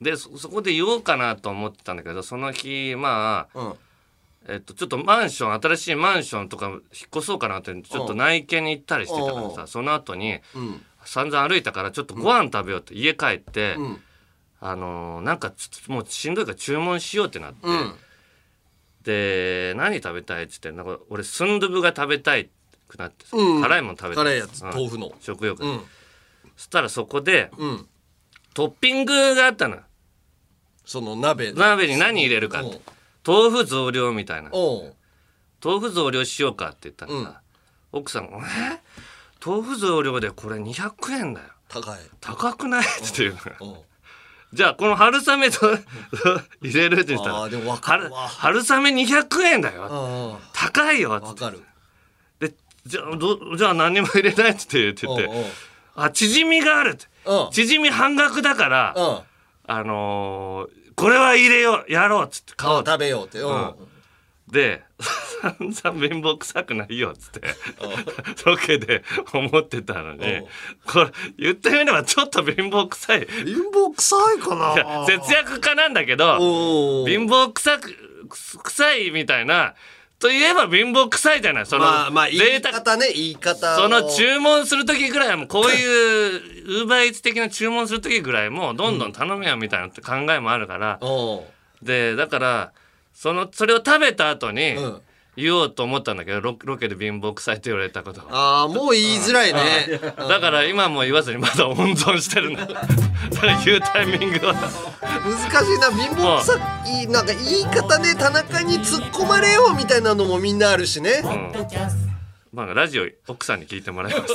でそそこで言おうかなと思ってたんだけどその日まあ、
うん
えっと、ちょっとマンション新しいマンションとか引っ越そうかなってちょっと内見に行ったりしてたから
う
さ
ん
その後に
うん
散々歩いたからちょっとご飯食べようって家帰って、
うん
あのーなんかちょっともうしんどいから注文しようってなって、
うん
で何食べたいっつってなんか俺スンドゥブが食べたいくなってさ、
うん
辛いもん食べた
辛いやつ
うん
豆腐の
食欲、
うん
そしたらそこで
うん
トッピングがあったの
その鍋
鍋に何入れるかって豆腐増量みたいな
おうん
豆腐増量しようかって言ったらさ、奥さんがえ豆腐増量でこれ200円だよ
高い
高くない?」って言うから
うん
じゃあこの春雨と 入れるって言った
あ
ら
ーでもわか
春
るわ
春雨200円だよ
あ
高いよ
あわ
って
かる
でじゃあどじゃあ何も入れないっつって言って
うんうん
て「あ縮みがある」って
うん
縮み半額だから
うん
あのーこれは入れようやろう」っつって買おう
あ食べようってうん
うんで「散々貧乏くさくないよ」っつってロケで思ってたのに
うん
これ言ってみればちょっと貧乏くさいい
貧乏臭いか
や
な
節約家なんだけど
お
貧乏くさくくさいみたいなといえば貧乏くさいじゃないその、
まあまあ言
贅
い
沢
方ね言い方を
その注文する時ぐらいはもうこういうウーバーイーツ的な注文する時ぐらいもうどんどん頼めよみたいなって考えもあるから、
お
でだからそのそれを食べた後に、
ううん
言おうと思ったんだけどロロケで貧乏くさいって言われたことが
ああもう言いづらいね
だから今もう言わずにまだ温存してるん だだから言うタイミングは
難しいな貧乏臭いなんか言い方ね田中に突っ込まれようみたいなのもみんなあるしね
うんまあラジオ奥さんに聞いてもらいます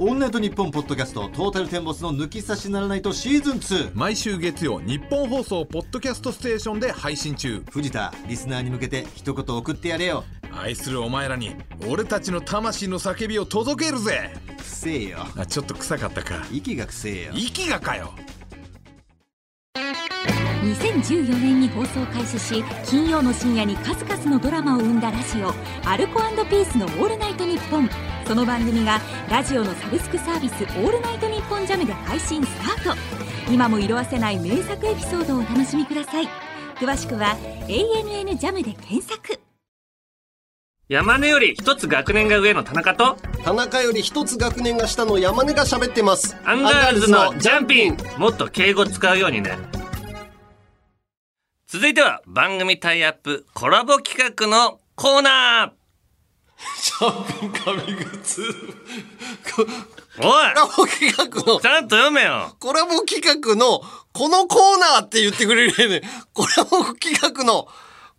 オールナイトニッポンポッドキャストトータルテンボスの抜き差しならないとシーズン2
毎週月曜日本放送ポッドキャストステーションで配信中
藤田リスナーに向けて一言送ってやれよ
愛するお前らに俺たちの魂の叫びを届けるぜ
くせえよ
あちょっと臭かったか
息がくせえよ
息がかよ
2014年に放送開始し金曜の深夜に数々のドラマを生んだラジオ「アルコピースのオールナイトニッポン」その番組がラジオのサブスクサービス「オールナイトニッポンジャムで配信スタート今も色褪せない名作エピソードをお楽しみください詳しくは「ANN ジャムで検索
山根より一つ学年が上の田中と
田中より一つ学年が下の山根が喋ってます
アンガールズのジャンピンもっと敬語使うようにね続いては番組タイアップコラボ企画のコーナーおい
コラボ企画の
ちゃんと読めよ
コラボ企画のこのコーナーって言ってくれるよねコラボ企画の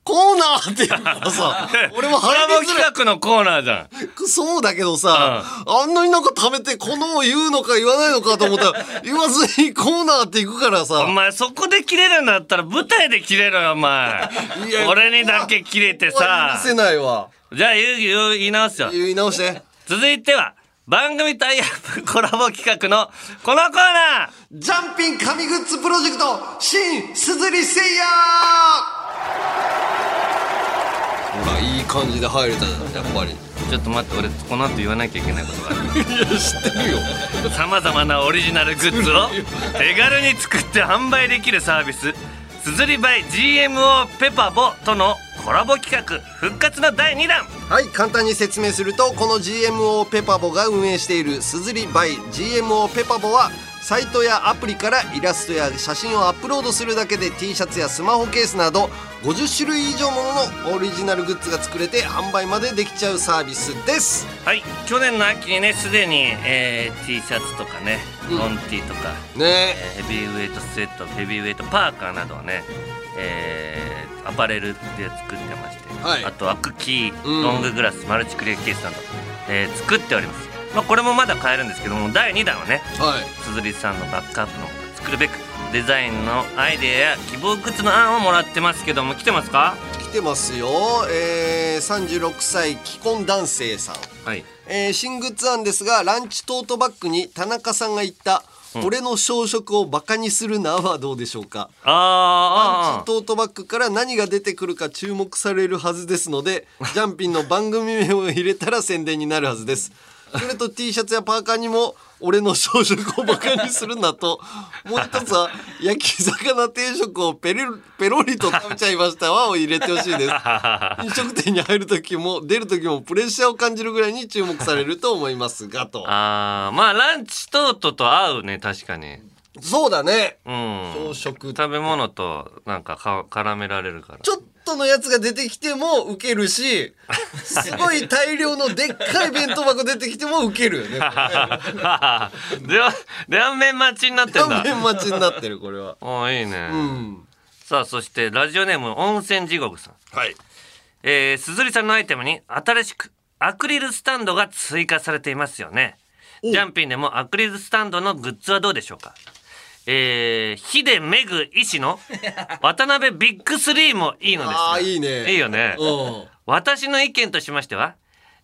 コーナーって言うからさ 俺も
コラボ
入りづら
企画のコーナーじゃん。
いそうだけどさ、あんなになんか貯めてこのを言うのか言わないのかと思ったら 言わずにコーナーって行くからさ
お前そこで切れるんだったら舞台で切れろよお前
いや
俺にだけ切れてさ
許せないわ
じゃあ言う言う言い直すよ
言い直して
続いては番組タイアップコラボ企画のこのコーナー
ジャンピン神グッズプロジェクト新鈴りせいやほらいい感じで入れたじゃんやっぱり
ちょっと待って俺この後言わなきゃいけないことがあ
知ってるよ
るさまざまなオリジナルグッズを手軽に作って販売できるサービス「すずり by GMO ペパボ」とのコラボ企画復活の第2弾
はい簡単に説明するとこの GMO ペパボが運営しているすずり by GMO ペパボはサイトやアプリからイラストや写真をアップロードするだけで T シャツやスマホケースなど50種類以上もののオリジナルグッズが作れて販売までできちゃうサービスです
はい去年の秋にねすでに、えー T シャツとかねロンティーとか、
ね
えーヘビーウェイトスウェットヘビーウェイトパーカーなどをね、えーアパレルで作ってまして、
はい
あとアクキー、
うん
ロンググラスマルチクリアケースなど、えー作っております、まあ、これもまだ買えるんですけども第2弾はね
はい
鈴木さんのバックアップの方が作るべくデザインのアイデアや希望靴の案をもらってますけども来てますか
来てますよ、えー、36歳既婚男性さん、
はい
えー新グッズ案ですがランチトートバッグに田中さんが言った「俺の小食をバカにするな」はどうでしょうかラ
あーあ
ンチトートバッグから何が出てくるか注目されるはずです のでジャンピンの番組名を入れたら宣伝になるはずですそれと T シャツやパーカーにも俺の小食をバカにする なともう一つは焼き魚定食をペリペロリと食べちゃいましたわを入れてほしい です飲食店に入る時も出る時もプレッシャーを感じるぐらいに注目されると思いますがと
あーまあランチトートと合うね確かに
そうだね
うん
小食
食べ物となんかか絡められるから
ちょっとのやつが出てきてもウケるし、すごい大量のでっかい弁当箱出てきてもウケる よね。
では両面待ちになってん
断
だ
面待ちになってる、これは。
おーいいね、
うん。
さあそしてラジオネーム温泉地獄さん
はい。
えー、鈴木さんのアイテムに新しくアクリルスタンドが追加されていますよねジャンピンでもアクリルスタンドのグッズはどうでしょうかえー、ヒデメグ医師の渡辺ビッグスリーもいいのですが
ああ、いいね。
いいよね
うん。
私の意見としましては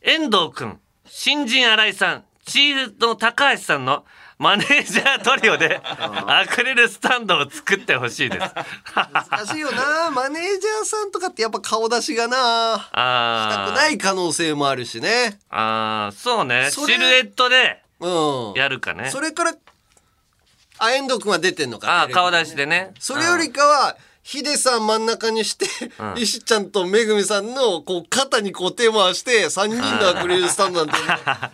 遠藤君新人新井さんチーフの高橋さんのマネージャートリオ でアクリルスタンドを作ってほしいです
難しいよな。マネージャーさんとかってやっぱ顔出しがな。した
あ
く
ー
ない可能性もあるしね。
あーそうねシ
それ
ルエットで
うん。
やるかね
それから、あ、遠藤くんは出てんのか。
あー顔出しでね
それよりかは、ヒデさん真ん中にして、
うん
石ちゃんとめぐみさんの、こう、肩にこう手回して、3人のアクリルスタ ンドなんて、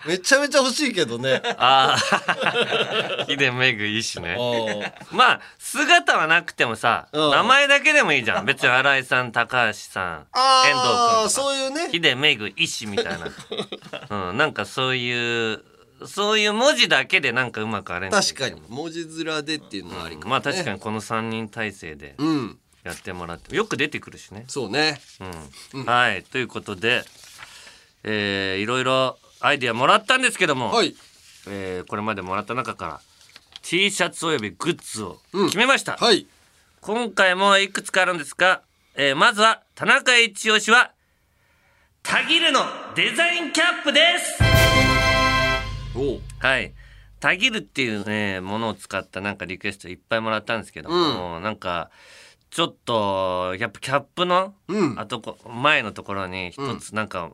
めちゃめちゃ欲しいけどね。
あ あヒデメグいいしね
う
まあ姿はなくてもさ
うん
名前だけでもいいじゃん別に新井さん高橋さん遠藤
あ
君
あ、そういうね。
ヒデメグ医師みたいな、うん、なんかそういうそういう文字だけでなんかうまくアレンジでき
確
ても
かに。文字面でっていうのはありかも、ね
まあ確かにこの3人体制で
に。うん。
やってもらってよく出てくるしね、
そうね。
うんはいということで、えーいろいろアイディアもらったんですけども、
はい。
えーこれまでもらった中から T シャツおよびグッズを決めました、
はい。
今回もいくつかあるんですが、えーまずは田中一押しはタギルのデザインキャップです
おう
はい。タギルっていうね、ものを使ったなんかリクエストいっぱいもらったんですけども、なんか、ちょっと、やっぱキャップの、
うん
あとこ、前のところに一つなんか、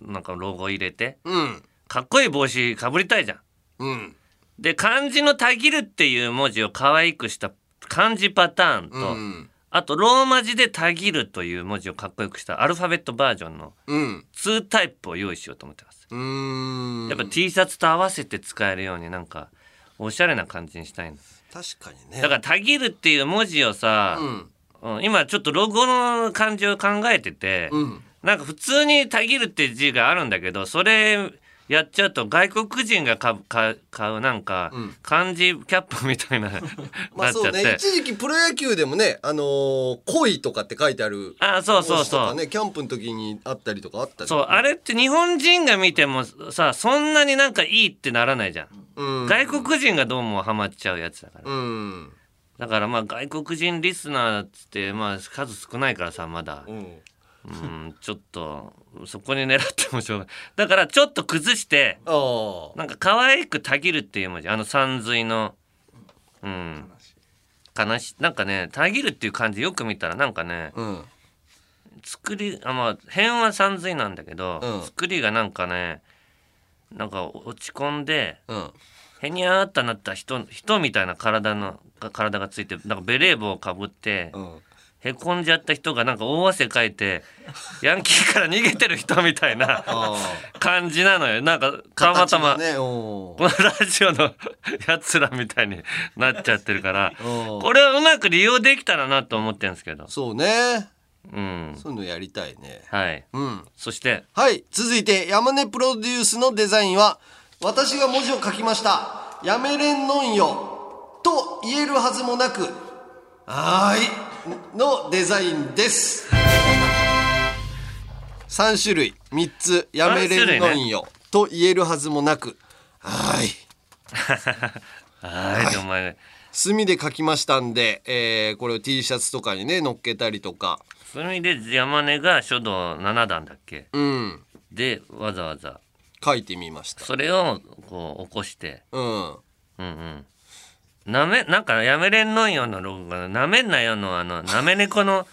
なんかロゴ入れて、
うん。
かっこいい帽子かぶりたいじゃん。
うん。
で、漢字のタギルっていう文字を可愛くした漢字パターンと、
うん。
あとローマ字でタギルという文字をかっこよくしたアルファベットバージョンの
うん。
2タイプを用意しようと思ってます。
うーん。
やっぱ T シャツと合わせて使えるようになんかおしゃれな感じにしたいの
確かにね。
だから「たぎる」っていう文字をさ
う、ん。
うん今ちょっとロゴの漢字を考えてて、
うん。
なんか普通に「たぎる」って字があるんだけどそれやっちゃうと外国人が買う買う買うなんか
うん
漢字キャップみた いななっち
まあそ
ゃ
う
っ
ね
て。
一時期プロ野球でもね、あのー恋とかって書いてある。
あそうそう
帽子と
そ
か
う、
ね、キャンプの時にあったりとかあったり。
そうあれって日本人が見てもさそんなになんかいいってならないじゃん、
うん。
外国人がどうもハマっちゃうやつだから、
うん。
だからまあ外国人リスナーっつってまあ数少ないからさまだ
うん。
うんちょっとそこに狙ってもしょうがないだからちょっと崩して
ああ。
なんか可愛くたぎるっていう文字あの山水のうん悲しいなんかねたぎるっていう漢字よく見たらなんかね
うん。
作りあまあ辺は山水なんだけど、
うん
作りがなんかねなんか落ち込んで
うん。
へにゃーっとなった人人みたいな体のが体がついてなんかベレー帽をかぶって。
うん。
へこんじゃった人がなんか大汗かいてヤンキーから逃げてる人みたいな感じなのよなんかたまたま、
形がね
このラジオの やつらみたいになっちゃってるからこれをうまく利用できたらなと思ってるんですけど
そうね
うん
そういうのやりたいね
はい、そして
はい続いて山根プロデュースのデザインは私が文字を書きましたやめれんのんよと言えるはずもなくはーいのデザインです3種類3つやめれんのんよ、と言えるはずもなくはーい
はいお前
墨で書きましたんで、えーこれを T シャツとかにね乗っけたりとか
それで山根が書道7段だっけ
うん
でわざわざ
書いてみました
それをこう起こして
う
う
ん
んうんなめなんかやめれんのんよのロゴがなめんなよのあのなめ猫の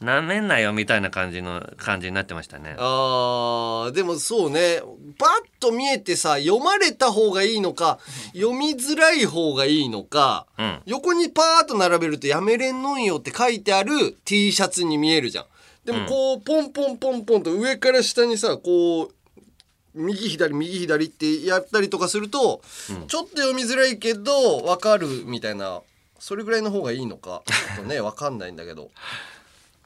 なめんなよみたいな感じの感じになってましたね
あーでもそうねバッと見えてさ読まれた方がいいのか読みづらい方がいいのか、
うん
横にパーッと並べると「やめれんのんよ」って書いてある T シャツに見えるじゃん。でもこうポンポンポンポンと上から下にさこう右左右左ってやったりとかすると、ちょっと読みづらいけど分かるみたいなそれぐらいの方がいいのかちょっとね分かんないんだ けど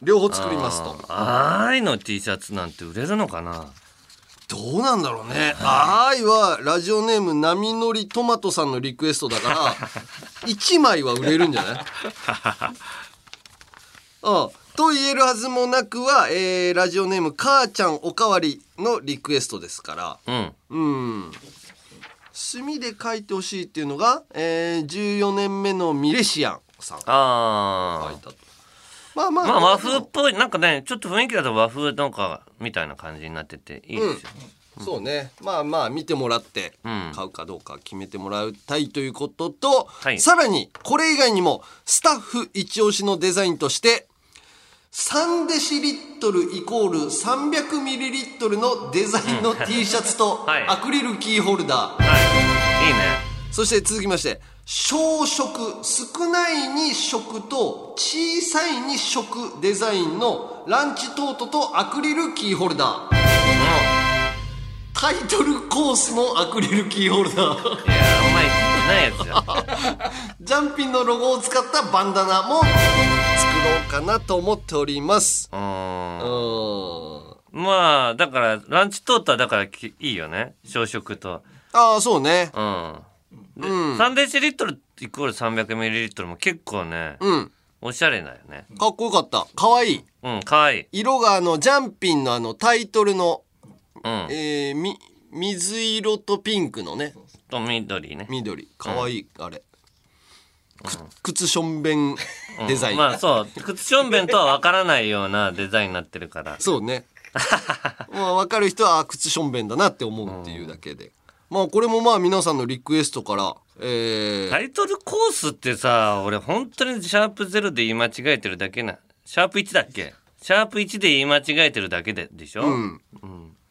両方作りますと。
あーいの T シャツなんて売れるのかな
どうなんだろうね。あーいはラジオネーム波乗りトマトさんのリクエストだ から一枚は売れるんじゃない？うん。と言えるはずもなくは、えーラジオネーム母ちゃんおかわりのリクエストですから。
うん
うん。墨で書いてほしいっていうのが、えー14年目のミレシアンさん。
ああ
まあまあ、
まあ和風っぽいなんかねちょっと雰囲気だと和風なんかみたいな感じになってていいですよ、
そうねまあまあ見てもらって
うん
買うかどうか決めてもらいたいということと、
い
さらにこれ以外にもスタッフ一押しのデザインとして3デシリットルイコール300ミリリットルのデザインの T シャツと
はい
アクリルキーホルダー、
いいね
そして続きまして小食少ないに食と小さいに食デザインのランチトートとアクリルキーホルダータイトルコースのアクリルキーホル ダ
いや
ー
お前ないやつじゃん
ジャンピンのロゴを使ったバンダナも作ろうかなと思っておりますう
う
ーん
んまあだからランチトートはだからきいいよね小食と
ああそうね
うんで、3デシリットルイコール300ミリリットルも結構ね、
うん
おしゃれだよね
かっこよかったかわいい
うんかわいい
色があのジャンピンのあのタイトルの、
うん
えー、み水色とピンクのね
と緑ね
緑かわいい、あれく靴しょんべんデザイン、
まあそう靴しょんべんとは分からないようなデザインになってるから
そうね。まあ分かる人はあ靴しょんべんだなって思うっていうだけで。まあこれもまあ皆さんのリクエストから、えー
タイトルコースってさ俺本当にシャープゼロで言い間違えてるだけなシャープ1だっけシャープ1で言い間違えてるだけででしょ、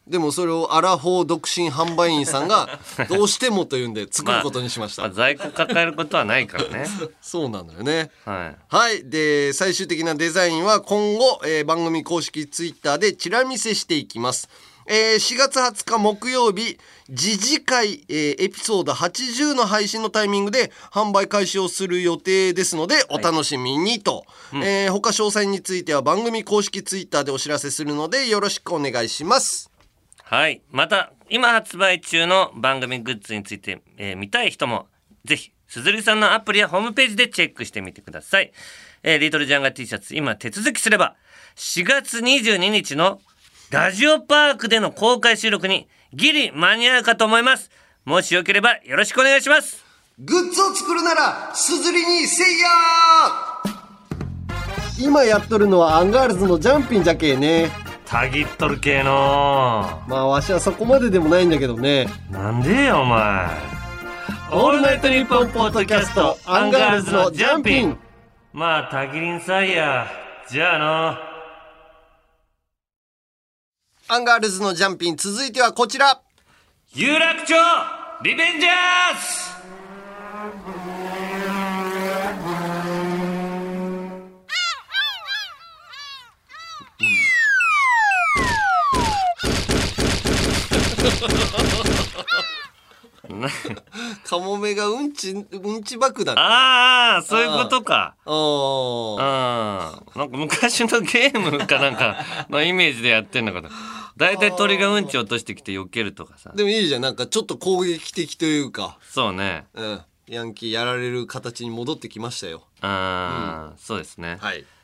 でもそれをアラフォー独身販売員さんがどうしてもというんで作ることにしました。
まあ、在庫抱えることはないからね
そうなのよね。
はい
はい。で、最終的なデザインは今後、えー番組公式ツイッターでチラ見せしていきます。えー4月20日木曜日、時事会、えーエピソード80の配信のタイミングで販売開始をする予定ですので、お楽しみにと。えー他詳細については番組公式ツイッターでお知らせするので、よろしくお願いします。
はい。また、今発売中の番組グッズについて、えー見たい人も、ぜひ、すずりさんのアプリやホームページでチェックしてみてください。えーリトルジャンガ T シャツ、今手続きすれば、4月22日のラジオパークでの公開収録にギリ間に合うかと思います。もしよければよろしくお願いします。
グッズを作るなら、すずりにせいや今やっとるのはアンガールズのジャンピンじゃけえね。
たぎっとる系の
まあわしはそこまででもないんだけどね。
なんでよ、お前。オールナイトニッポンポッドキャスト、アンガールズのジャンピン。まあ、たぎりんさいや。じゃあの。
アンガールズのジャンピン、続いてはこちら。
有楽町リベンジャーズな
カモメがうんちうんち爆弾
ああそういうことかう
お
んなんか昔のゲームかなんかのイメージでやってんのかと大体鳥がうんち落としてきて避けるとかさ
でもいいじゃんなんかちょっと攻撃的というか、
そうね
うん、ヤンキーやられる形に戻ってきましたよ
あー、そうですね、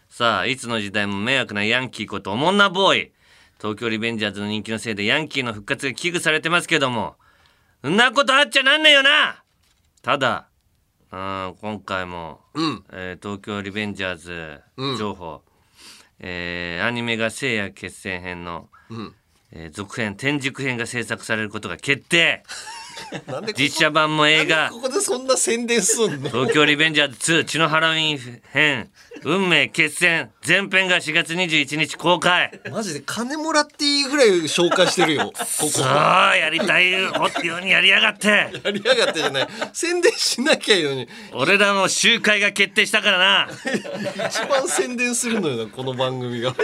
さあいつの時代も迷惑なヤンキーことおもんなボーイ東京リベンジャーズの人気のせいでヤンキーの復活が危惧されてますけどもそんなことあっちゃなんねえよなただうん今回も、えー東京リベンジャーズ情報、えーアニメが「聖夜決戦編の」えー続編天竺編が制作されることが決定
なんでこ
実写版も映画
ここでそんな宣伝すんの
東京リベンジャーズ2血のハロウィン編運命決戦前編が4月21日公開
マジで金もらっていいぐらい紹介して るよここ
さあやりたいようにやりやがって
やりやがってじゃない宣伝しなきゃいいのに
俺らの集会が決定したからな
一番宣伝するのよなこの番組が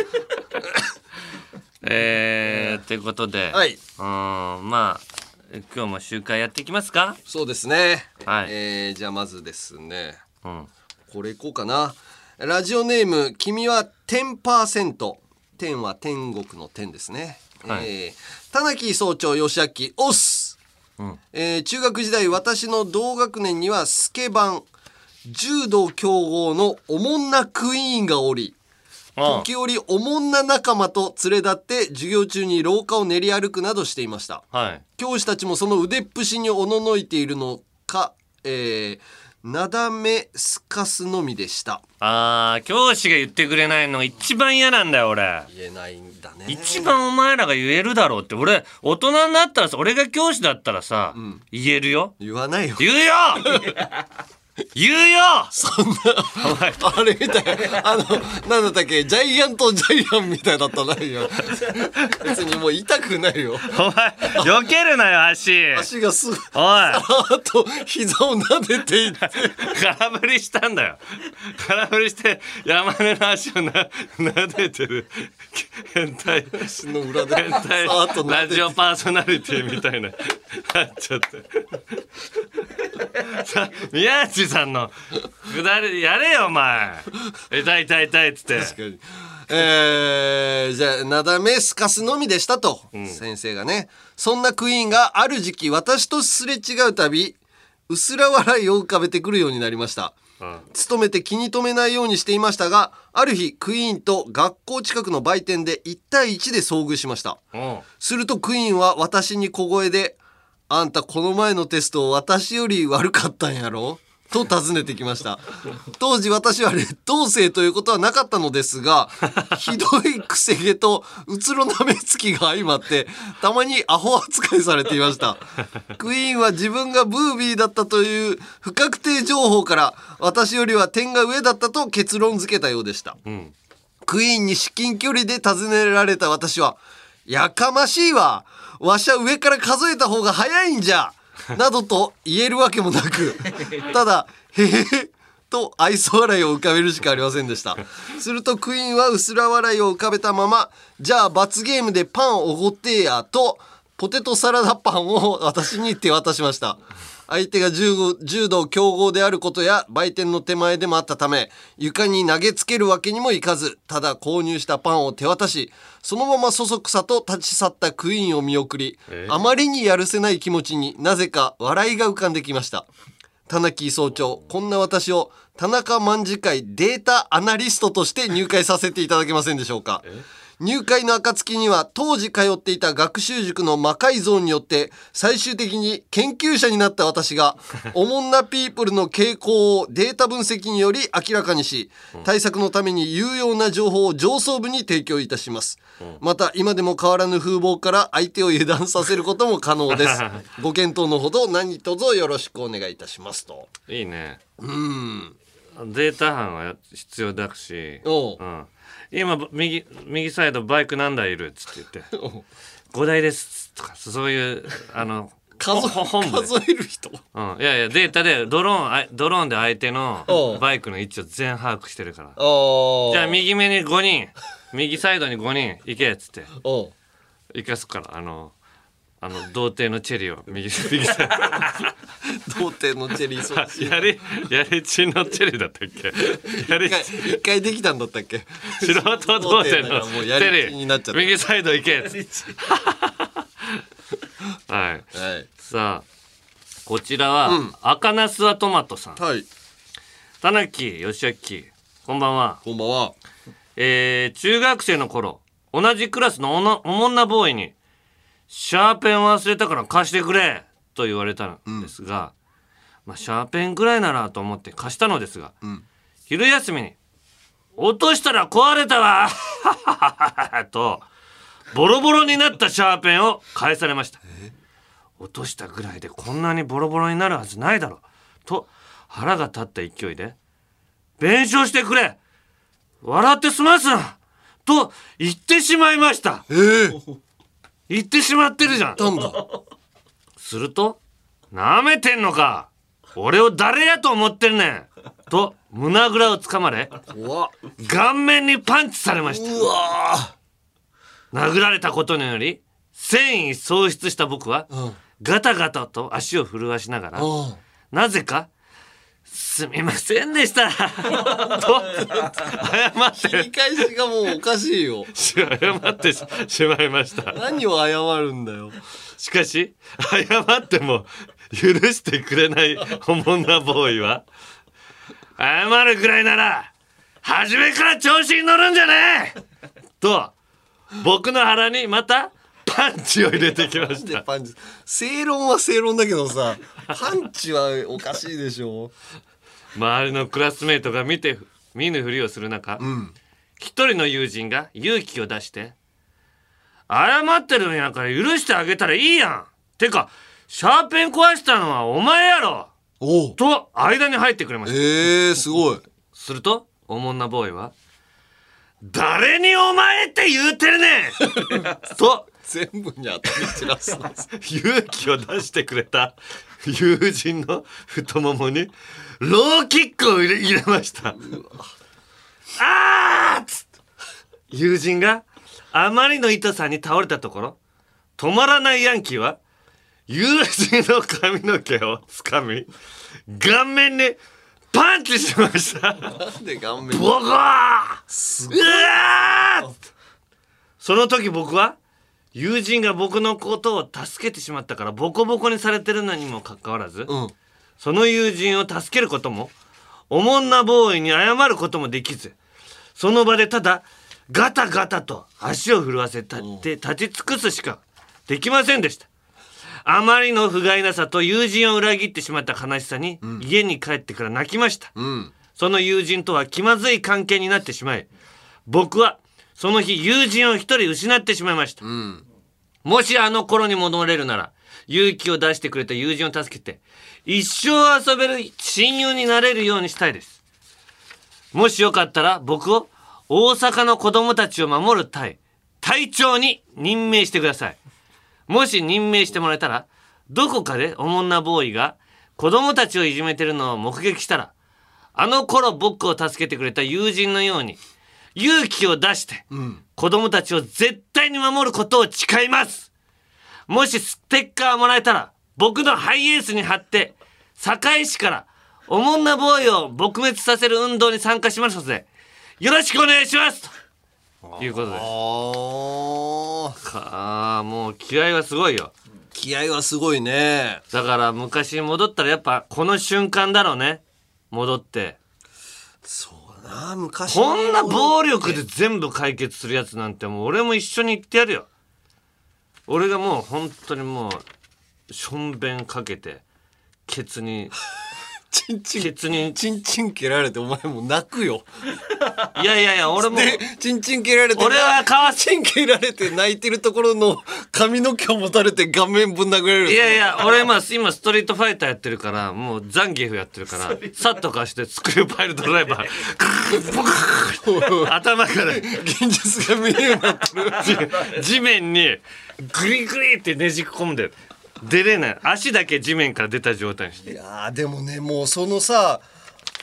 えー、ということで、
はいう
ーんまあ今日も集会やっていきますか
そうですね
はい、
えー、じゃあまずですね
うん、
これいこうかなラジオネーム君は10%天は天国の天ですね、
はい
えー、田中総長義明オス、
うん
えー中学時代私の同学年にはスケバン柔道強豪のおもんなクイーンがおり
あ
時折おもんな仲間と連れ立って授業中に廊下を練り歩くなどしていました
はい
教師たちもその腕っぷしにおののいているのか、えー、なだめすかすのみでした
あー教師が言ってくれないのが一番嫌なんだよ俺
言えないんだね
一番お前らが言えるだろうって俺大人になったらさ俺が教師だったらさ、言えるよ
言わないよ
言う よ言うよ
そんなあれみたいあのなんだったっけジャイアントジャイアンみたいだったなよ別にもう痛くないよ
お前避けるなよ足
足がすぐ
おい
あと膝を撫でていって
空振りしたんだよ空振りして山根の足をな撫でてる変態
足の裏で
変態
さーっと撫
ラ
で
ジ
て
オパーソナリティみたいななっちゃってさ宮内さんのくだりやれよお前痛い痛い痛いっつって
確かにえーじゃあなだめすかすのみでしたと、先生がねそんなクイーンがある時期私とすれ違うたびうすら笑いを浮かべてくるようになりました、勤めて気に留めないようにしていましたがある日クイーンと学校近くの売店で1対1で遭遇しました
うん
するとクイーンは私に小声で「あんたこの前のテスト私より悪かったんやろ?」と尋ねてきました当時私は劣等生ということはなかったのですがひどいくせ毛とうつろな目つきが相まってたまにアホ扱いされていましたクイーンは自分がブービーだったという不確定情報から私よりは点が上だったと結論付けたようでした、クイーンに至近距離で尋ねられた私は、やかましいわわしゃ上から数えた方が早いんじゃなどと言えるわけもなく、ただ、へへへ、と愛想笑いを浮かべるしかありませんでした。するとクイーンは薄ら笑いを浮かべたまま、じゃあ罰ゲームでパンおごってや、と、ポテトサラダパンを私に手渡しました。相手が柔道柔道強豪であることや売店の手前でもあったため床に投げつけるわけにもいかずただ購入したパンを手渡しそのままそそくさと立ち去ったクイーンを見送りあまりにやるせない気持ちになぜか笑いが浮かんできました田中総長こんな私を田中卍会データアナリストとして入会させていただけませんでしょうか入会の暁には当時通っていた学習塾の魔改造によって最終的に研究者になった私がおもんなピープルの傾向をデータ分析により明らかにし対策のために有用な情報を上層部に提供いたしますまた今でも変わらぬ風貌から相手を油断させることも可能です ご検討のほど何卒よろしくお願いいたしますと
いいね
うん
データ班は必要だし
おう
うん、今右右サイドバイク何台いるっつって 言って「5台です」とかそういうあの
数
ほ本部で
数える人
うん、いやいやデータでドローンあドローンで相手
お
の
う
バイクの位置を全把握してるから
あ
じゃあ右目に5人右サイドに5人行けっつって
おう
行かすからあのあの童貞のチェリーを右手右手
童貞のチェリーそう です
やれやれちのチェリーだったっけやれ
一回一回できたんだったっけ
素人童貞の
もう
チ
や
ェ
り
リ
ちになっちゃ
ー
った
右サイド行けはい
はい
さあこちらは、
うん
赤ナスはトマトさん
はい
田中義明こんばんは
こんばんは
えー中学生の頃同じクラスのおなおもんなボーイに「シャーペン忘れたから貸してくれ!」と言われたんですが、まあ、シャーペンぐらいならと思って貸したのですが、
ん
昼休みに「落としたら壊れたわ! 」 とボロボロになったシャーペンを返されました。落としたぐらいでこんなにボロボロになるはずないだろうと腹が立った勢いで「弁償してくれ笑って済ますな!」と言ってしまいました
えー、
言ってしまってるじゃん
たんだ
すると「なめてんのか俺を誰やと思ってんねん!」と胸ぐらをつかまれ
怖っ
顔面にパンチされました
うわ
殴られたことにより戦意喪失した僕は、
ん
ガタガタと足を震わしながら、
ー
なぜか「すみませんでした」 と謝っ
切り返しがもうおかしい よ
てし謝ってししまいました
何を謝るんだよ
しかし謝っても許してくれないおもんなボーイは謝るくらいなら初めから調子に乗るんじゃねえと僕の腹にまたパンチを入れてきまし
で
た
パンチ正論は正論だけどさパンチはおかしいでしょ
周りのクラスメートが見て見ぬふりをする中、一人の友人が勇気を出して「謝ってるんやから許してあげたらいいやん」てかシャーペン壊したのはお前やろ
おう
と間に入ってくれました
えー、すごい
するとおもんなボーイは「誰にお前って言うてるねん! 」 と
全部に当たり 散らすんです
勇気を出してくれた友人の太ももにローキックを入れ入れました。あーっつって友人があまりの痛さに倒れたところ止まらないヤンキーは友人の髪の毛をつかみ顔面にパンチしました。
なんで顔面
ボコーうわーその時僕は友人が僕のことを助けてしまったからボコボコにされてるのにもかかわらず、
うん
その友人を助けることもおもんなボーイに謝ることもできずその場でただガタガタと足を震わせたって立ち尽くすしかできませんでしたあまりの不甲斐なさと友人を裏切ってしまった悲しさに、家に帰ってから泣きました、
うん
その友人とは気まずい関係になってしまい僕はその日友人を一人失ってしまいました、
ん
もしあの頃に戻れるなら勇気を出してくれた友人を助けて一生遊べる親友になれるようにしたいですもしよかったら僕を大阪の子供たちを守る隊隊長に任命してくださいもし任命してもらえたらどこかでおもんなボーイが子供たちをいじめてるのを目撃したらあの頃僕を助けてくれた友人のように勇気を出して子供たちを絶対に守ることを誓いますもしステッカーもらえたら僕のハイエースに貼って堺市からおもんなボーイを撲滅させる運動に参加しますのでよろしくお願いしますということです
あー
かあーもう気合はすごいよ
気合はすごいね
だから昔に戻ったらやっぱこの瞬間だろうね戻って
そうだな昔
こんな暴力で全部解決するやつなんてもう俺も一緒に行ってやるよ俺がもう本当にもうしょんべんかけてケツに
チンチン
ケツに
チンチン蹴られてお前もう泣くよ
いやいやいや俺も
でチンチン蹴られて
俺はかわし
チン蹴られて泣いてるところの髪の毛を持たれて顔面ぶん殴られる
いやいや俺今今ストリートファイターやってるからもうザンギエフやってるからさっとかしてスクリューパイルドライバーボクッ頭から
現実が見えるようになってる
地地面にグリグリってねじ込んで出れない足だけ地面から出た状態にして
いやーでもねもうそのさ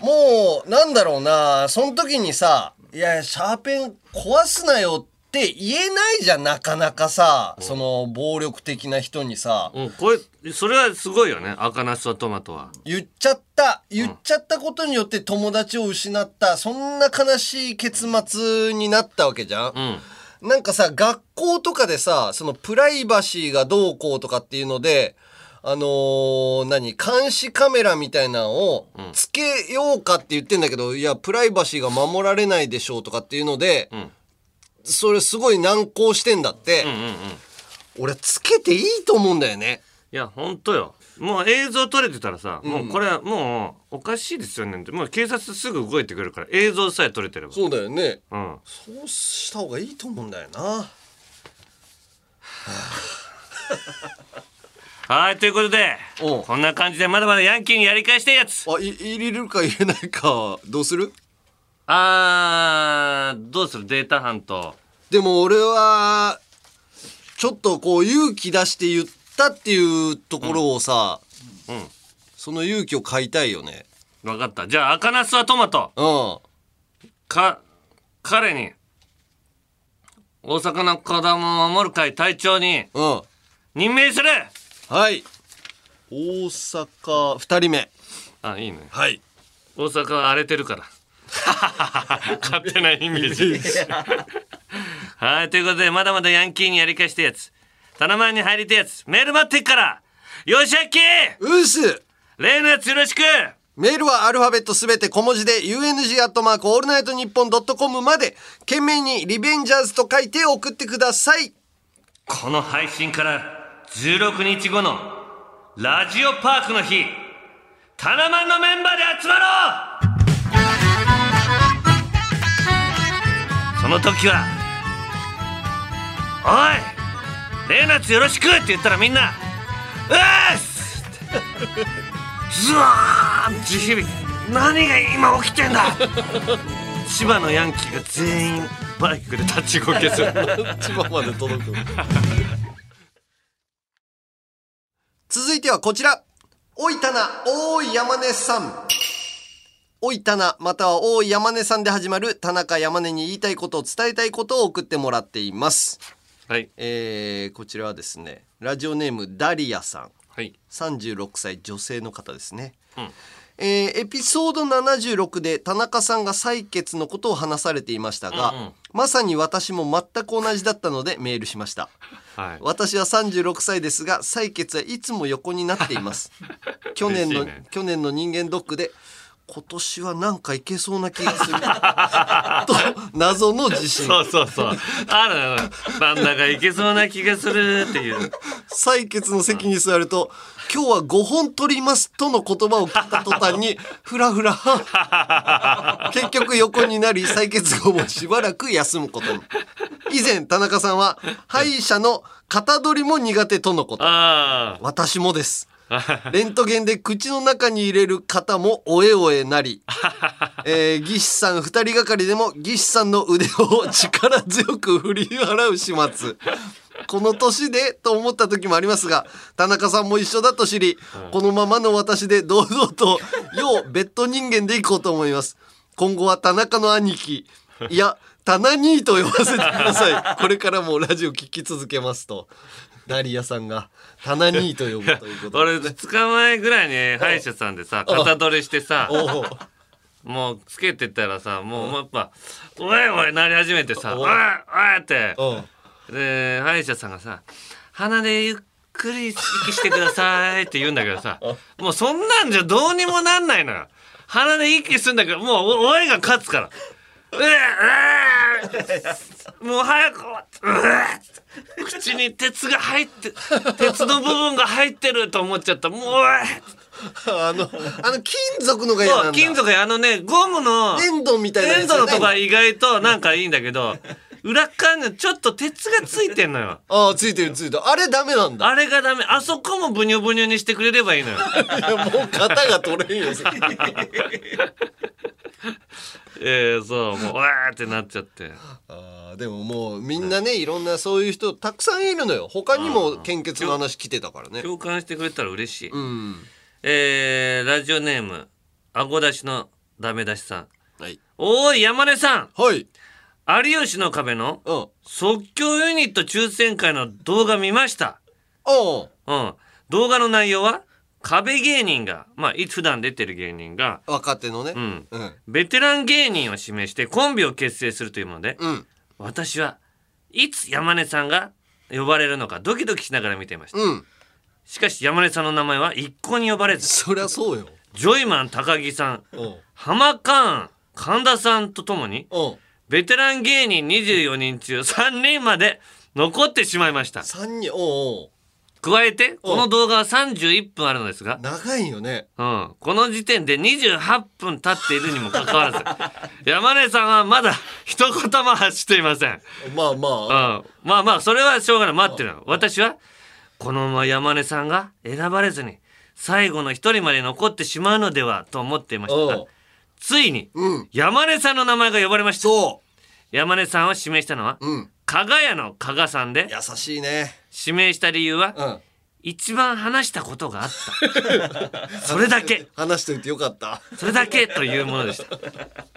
もうなんだろうなその時にさ「いやシャーペン壊すなよ」ってって言えないじゃんなかなかさ、その暴力的な人にさ、
うん、これそれはすごいよね赤ナスとトマトは
言っちゃった言っちゃったことによって友達を失ったそんな悲しい結末になったわけじゃん、
うん
なんかさ学校とかでさそのプライバシーがどうこうとかっていうのであのー何監視カメラみたいなのをつけようかって言ってんだけど、いやプライバシーが守られないでしょうとかっていうので、
ん
それすごい難航してんだって、
うんうんうんい
俺つけていいと思うんだよね。
やほんとよもう映像撮れてたらさ、もうこれはもうおかしいですよねってもう警察すぐ動いてくるから映像さえ撮れてれば
そうだよね
うん
そうした方がいいと思うんだよな。
はいということで
おう
こんな感じでまだまだヤンキーにやり返したいやつ
あい入れるか入れないかどうする
あーどうするデータ班と
でも俺はちょっとこう勇気出して言ったっていうところをさ、
うんうん
その勇気を買いたいよね
分かったじゃあ赤ナスはトマト
うん
か彼に大阪の子供を守る会隊長に
うん
任命する
はい大阪2人目
あいいね
はい
大阪は荒れてるから 勝手なイメージはいということでまだまだヤンキーにやり返したやつ棚前に入りたやつメール待ってっからよしあき
うっす
例のやつよろしく
メールはアルファベットすべて小文字で UNG アットマークオールナイトニッポンドットコムまで懸命にリベンジャーズと書いて送ってください
この配信から16日後のラジオパークの日タナマンのメンバーで集まろうその時は「おいレイナツよろしく!」って言ったらみんな「うーっす!」ズワーン地響き何が今起きてんだ千葉のヤンキーが全員バイクで立ちこけする
千葉まで届く続いてはこちらおいたなおい山根さんおいたなまたはおい山根さんで始まる田中山根に言いたいことを伝えたいことを送ってもらっています、
はい
えー、こちらはですねラジオネームダリアさん
はい
36歳女性の方ですね、
ん
えーエピソード76で田中さんが採血のことを話されていましたが、
うんうん
まさに私も全く同じだったのでメールしました
はい
私は36歳ですが採血はいつも横になっています 去年の、
嬉しいね
去年の人間ドックで今年はなんかいけそうな気がする と謎の自 信
そうそうそう。あるある。なんだかいけそうな気がするっていう。
採血の席に座ると「今日は5本取ります」との言葉を聞いた途端にふらふら結局横になり採血後もしばらく休むことに以前田中さんは歯医者の型取りも苦手とのこと
あ
私もですレントゲンで口の中に入れる方もおえおえなり、えー、技師さん2人がかりでも技師さんの腕を力強く振り払う始末この年でと思った時もありますが田中さんも一緒だと知り、このままの私で堂々と要ベッド人間でいこうと思います今後は田中の兄貴いや棚兄と呼ばせてくださいこれからもラジオ聞き続けますとダリアさんが棚兄と呼ぶ
あ
というこ。と
俺
で
2日前ぐらいに歯医者さんでさ肩取りしてさ
おう
もうつけてたらさもうやっぱ「おいおい」なり始めてさ「
お
お
う
いおい」って
うん
で歯医者さんがさ「鼻でゆっくり息してください」って言うんだけどさもうそんなんじゃどうにもなんないのよ鼻で息するんだけどもうおおいが勝つから「うえうえもう早くうえ口に鉄が入って鉄の部分が入ってると思っちゃったもうおい
あの、あの金属のが嫌
そ
な
うん
だ。
金属やあのねゴムの
粘土みたいなや
粘
つじ
土
ゃな
の
い
とか意外となんかいいんだけど裏側にちょっと鉄がついてんのよ。
ああ、ついてるついてる。あれダメなんだ。
あれがダメ。あそこもブニョブニョにしてくれればいいのよ。
いやもう型が取れんよ。
ええそう、もう、わーってなっちゃって。
ああ、でももうみんなね、いろんなそういう人たくさんいるのよ。他にも献血の話来てたからね。
共感してくれたら嬉しい。
うん。
えー、ラジオネーム、あご出しのダメ出しさん。
はい。
おーい、山根さん
はい。
有吉の壁の即興ユニット抽選会の動画見ました。
お
うん。動画の内容は壁芸人が、まあ、いつ普段出てる芸人が、
若手のね、
うん。ベテラン芸人を指名してコンビを結成するというもので、私はいつ山根さんが呼ばれるのかドキドキしながら見ていました。しかし山根さんの名前は一向に呼ばれず。
そりゃそうよ。
ジョイマン高木さん、
うん
浜カーン、神田さんとともに、ベテラン芸人24人中3人まで残ってしまいました。
3人、おうおう
加えて、この動画は31分あるのですが、
長いよね。
うん、この時点で28分経っているにもかかわらず 山根さんはまだ一言も発していません、
まあまあ。
うん、まあまあそれはしょうがない待ってるの私はこのまま山根さんが選ばれずに最後の一人まで残ってしまうのではと思っていましたがついに山根さんの名前が呼ばれました、山根さんを指名したのは、加賀屋の加賀さんで
優しいね
指名した理由は、一番話したことがあった。それだけ。
話しておいてよか った。
それだけというものでした。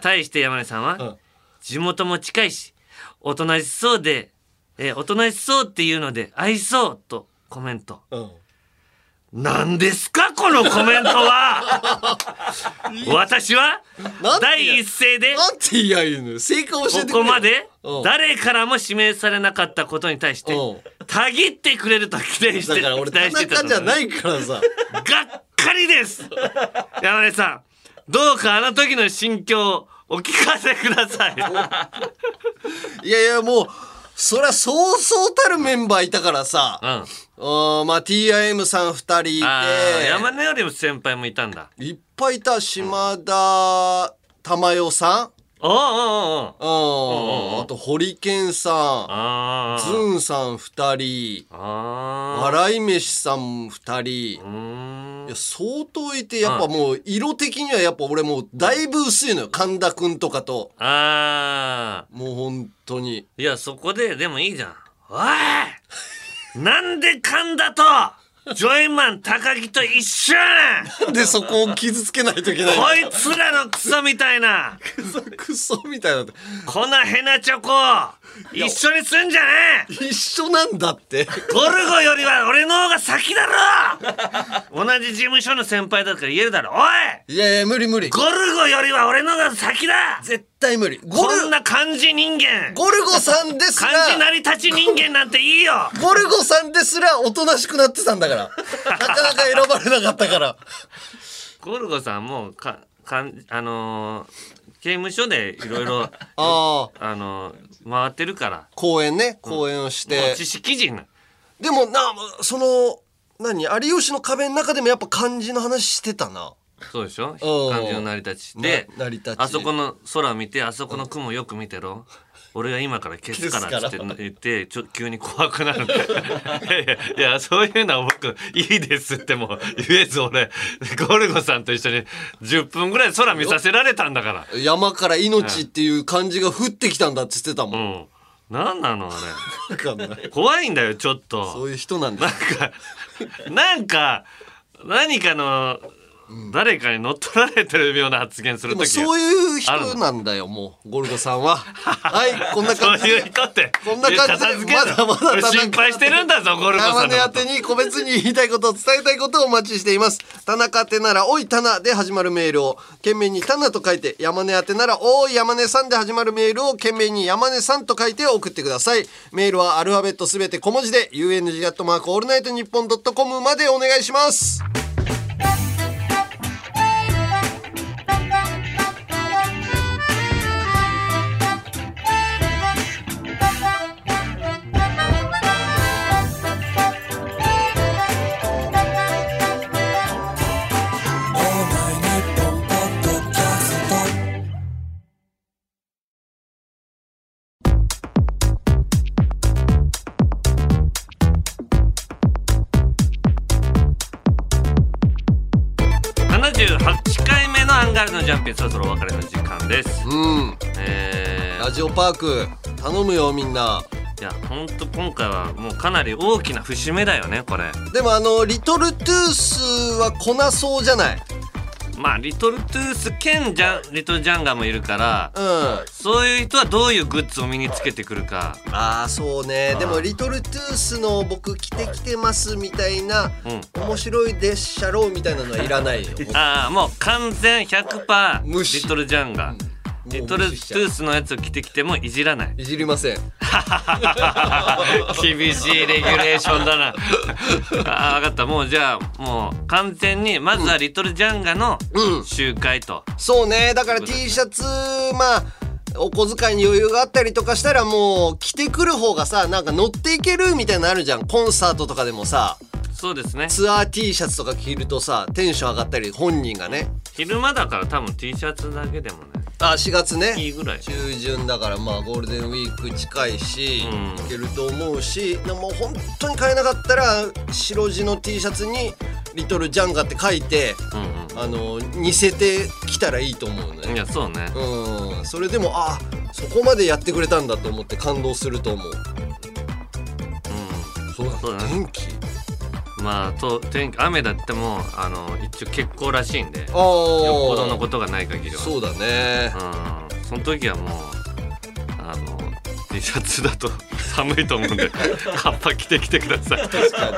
対して山根さんは、地元も近いし、おとなしそうで、えーおとなしそうっていうので、愛そうとコメント。なんですかこのコメント は私は第一声で
なんて言いやいいのよ正解教えてくれよ
ここまで
うん
誰からも指名されなかったことに対してたぎってくれると期待して
だから俺
期待してた
田中じゃないからさ
がっかりです山根さんどうかあの時の心境をお聞かせください
いやいやもうそりゃそうそうたるメンバーいたからさ、うん、まあ TIM さん2人いて
あー山根よりも先輩もいたんだ
いっぱいいた島田珠代さん
あ
あとホリケンさんズンさん2人笑い飯さん
2
人いや相当いてやっぱもう色的にはやっぱ俺もうだいぶ薄いのよ神田くんとかと
ああ
もう本当に
いやそこででもいいじゃんおいなんで神田とジョイマン高木と一緒やねん
なんでそこを傷つけないといけないの
こいつらのクソみたいな
クソクソみたいなって
このヘナチョコ一緒にすんじゃねえ
一緒なんだって
ゴルゴよりは俺の方が先だろ同じ事務所の先輩だから言えるだろおい
いやいや無理無理
ゴルゴよりは俺の方が先だ
絶対無理ゴ
こ
ル
んな漢字人間
ゴルゴさんですら
漢字成り立ち人間なんていいよ
ゴルゴさんですらおとなしくなってたん だからなかなか選ばれなかったから
ゴルゴさんもうかかんあのー刑務所でいろいろ
あ
あのー回ってるから
公演ね公演をして、
もう知識人な
でもなその何有吉の壁の中でもやっぱ漢字の話してたな
そうでしょ
うん
漢字の成り立ちして
な成り立ち
あそこの空見てあそこの雲よく見てろ俺が今から消すからって言ってちょ急に怖くなるんだ いやいやいやそういうのは僕いいですってもう言えず俺ゴルゴさんと一緒に10分ぐらい空見させられたんだから
山から命っていう漢字が降ってきたんだって言ってたもん、
うん何なのあ
わかんない
れ怖いんだよちょっと
そういう人なんだ
なんか何かの誰かに乗っ取られてるような発言する と
でも
き
そういう
あるの
人なんだよもうゴルゴさ んははいこんな
そう
感じ
いう
で
人って
こんな感じで
片付ける
まだまだ
俺心配してるんだぞゴルゴさ
山
んの
根
こ
宛
と
てに個別に言いたいこと伝えたいことをお待ちしています田中宛てなら「おい田名」で始まるメールを懸命に「田名」と書いて山根宛てなら「おい山根さん」で始まるメールを懸命に「山根さん」と書いて送ってくださいメールはアルファベットすべて小文字で「UNG」「アットマークオールナイトニッポン」ドットコムまでお願いします
78回目のアンガールズのジャンピンそろそろお別れの時間です
うん
え
ラジオパーク頼むよみんな
ー、いやほんと今回はもうかなり大きな節目だよねこれ
でもあのリトルトゥースは来なそうじゃない
まあリトルトゥース兼ジャンリトルジャンガーもいるから、そういう人はどういうグッズを身につけてくるか
ああそうねでも「リトルトゥースの僕着てきてます」みたいな、面白いでっしゃろうみたいなのはいらないよ
ああもう完全100%リトルジャンガー、 リトルトゥースのやつを着てきてもいじらない
いじりません
厳しいレギュレーションだなああ分かったもうじゃあもう完全にまずはリトルジャンガの集会と、
そうねだから T シャツまあお小遣いに余裕があったりとかしたらもう着てくる方がさなんか乗っていけるみたいなのあるじゃんコンサートとかでもさ
そうですね
ツアー T シャツとか着るとさテンション上がったり本人がね
昼間だから多分 T シャツだけでもね
あ4月ね
いいぐらい
中旬だからまあゴールデンウィーク近いし、いけると思うしでも本当に買えなかったら白地の T シャツに「リトルジャンガ」って書いて、あの似せてきたらいいと思うね
いやそうね
うんそれでもあそこまでやってくれたんだと思って感動すると思うそうだ
そうだ
天気
まあと天気雨だってもあの一応欠航らしいんでよっ
ー
ぽどのことがない限りは
そうだね
うんその時はもうあの T シャツだと 寒いと思うんで カッパ着てきてください確
かに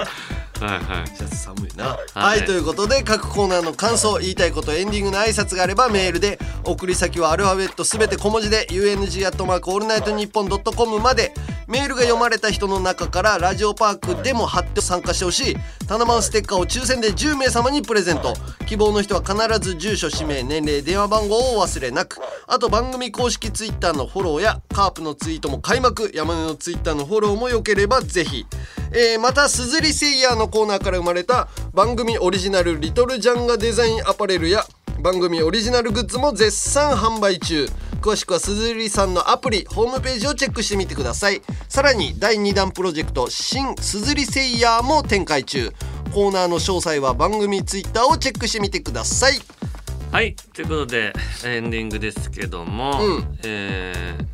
はいはい
シャツ寒いなはい、ということで各コーナーの感想言いたいことエンディングの挨拶があればメールで送り先はアルファベットすべて小文字で「UNG」「アットマークオールナイトニッポン」ドットコムまでメールが読まれた人の中からラジオパークでも貼って参加してほしいタナマンステッカーを抽選で10名様にプレゼント希望の人は必ず住所氏名年齢電話番号をお忘れなくあと番組公式ツイッターのフォローやカープのツイートも開幕山根のツイッターのフォローもよければぜひえーまた「すずりセイヤー」のコーナーから生まれた番組オリジナル「リトルジャンガデザインアパレル」や番組オリジナルグッズも絶賛販売中詳しくはすずりさんのアプリホームページをチェックしてみてくださいさらに第2弾プロジェクト「新すずりセイヤー」も展開中コーナーの詳細は番組ツイッターをチェックしてみてください
はいということでエンディングですけども、えー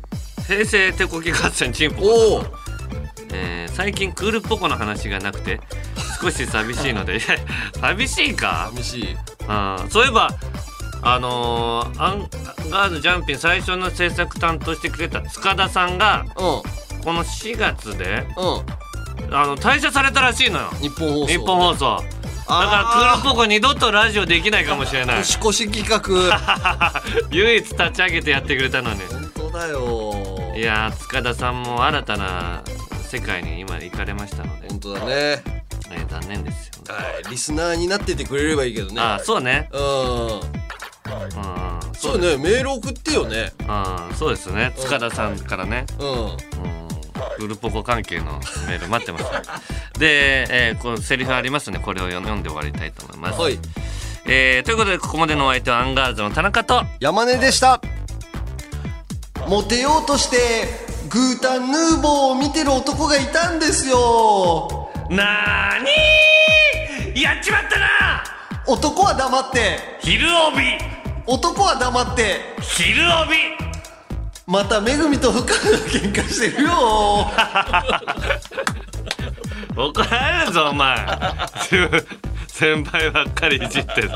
平成手こき合戦チンポコさんのえー最近クールポコの話がなくて少し寂しいのでいや寂しいか
寂しい
あーそういえばあのーアンガールズジャンピン最初の制作担当してくれた塚田さんが、この4月で、あの退社されたらしいのよ
日本放送
日本放送だからクールポコ二度とラジオできないかもしれ ない
年越し 企画
唯一立ち上げてやってくれたのに
本当だよ
いやー塚田さんも新たな世界に今行かれましたので
本当だね
えー残念ですよ
はいリスナーになっててくれればいいけどね
あーそうね
うん
うん
そうねメール送ってよね
うんそうですね塚田さんからね
うん
ウルポコ関係のメール待って ますで、えーこのセリフありますねこれを読んで終わりたいと思います、えーということでここまでのお相手はアンガールズの田中と
山根でしたモテようとしてグータンヌーボーを見てる男がいたんですよ
なーにーやっちまったな
男は黙って
昼帯
男は黙って
昼帯
まためぐみと深川が喧嘩してるよ
怒 られるぞお前先輩ばっかりいじってる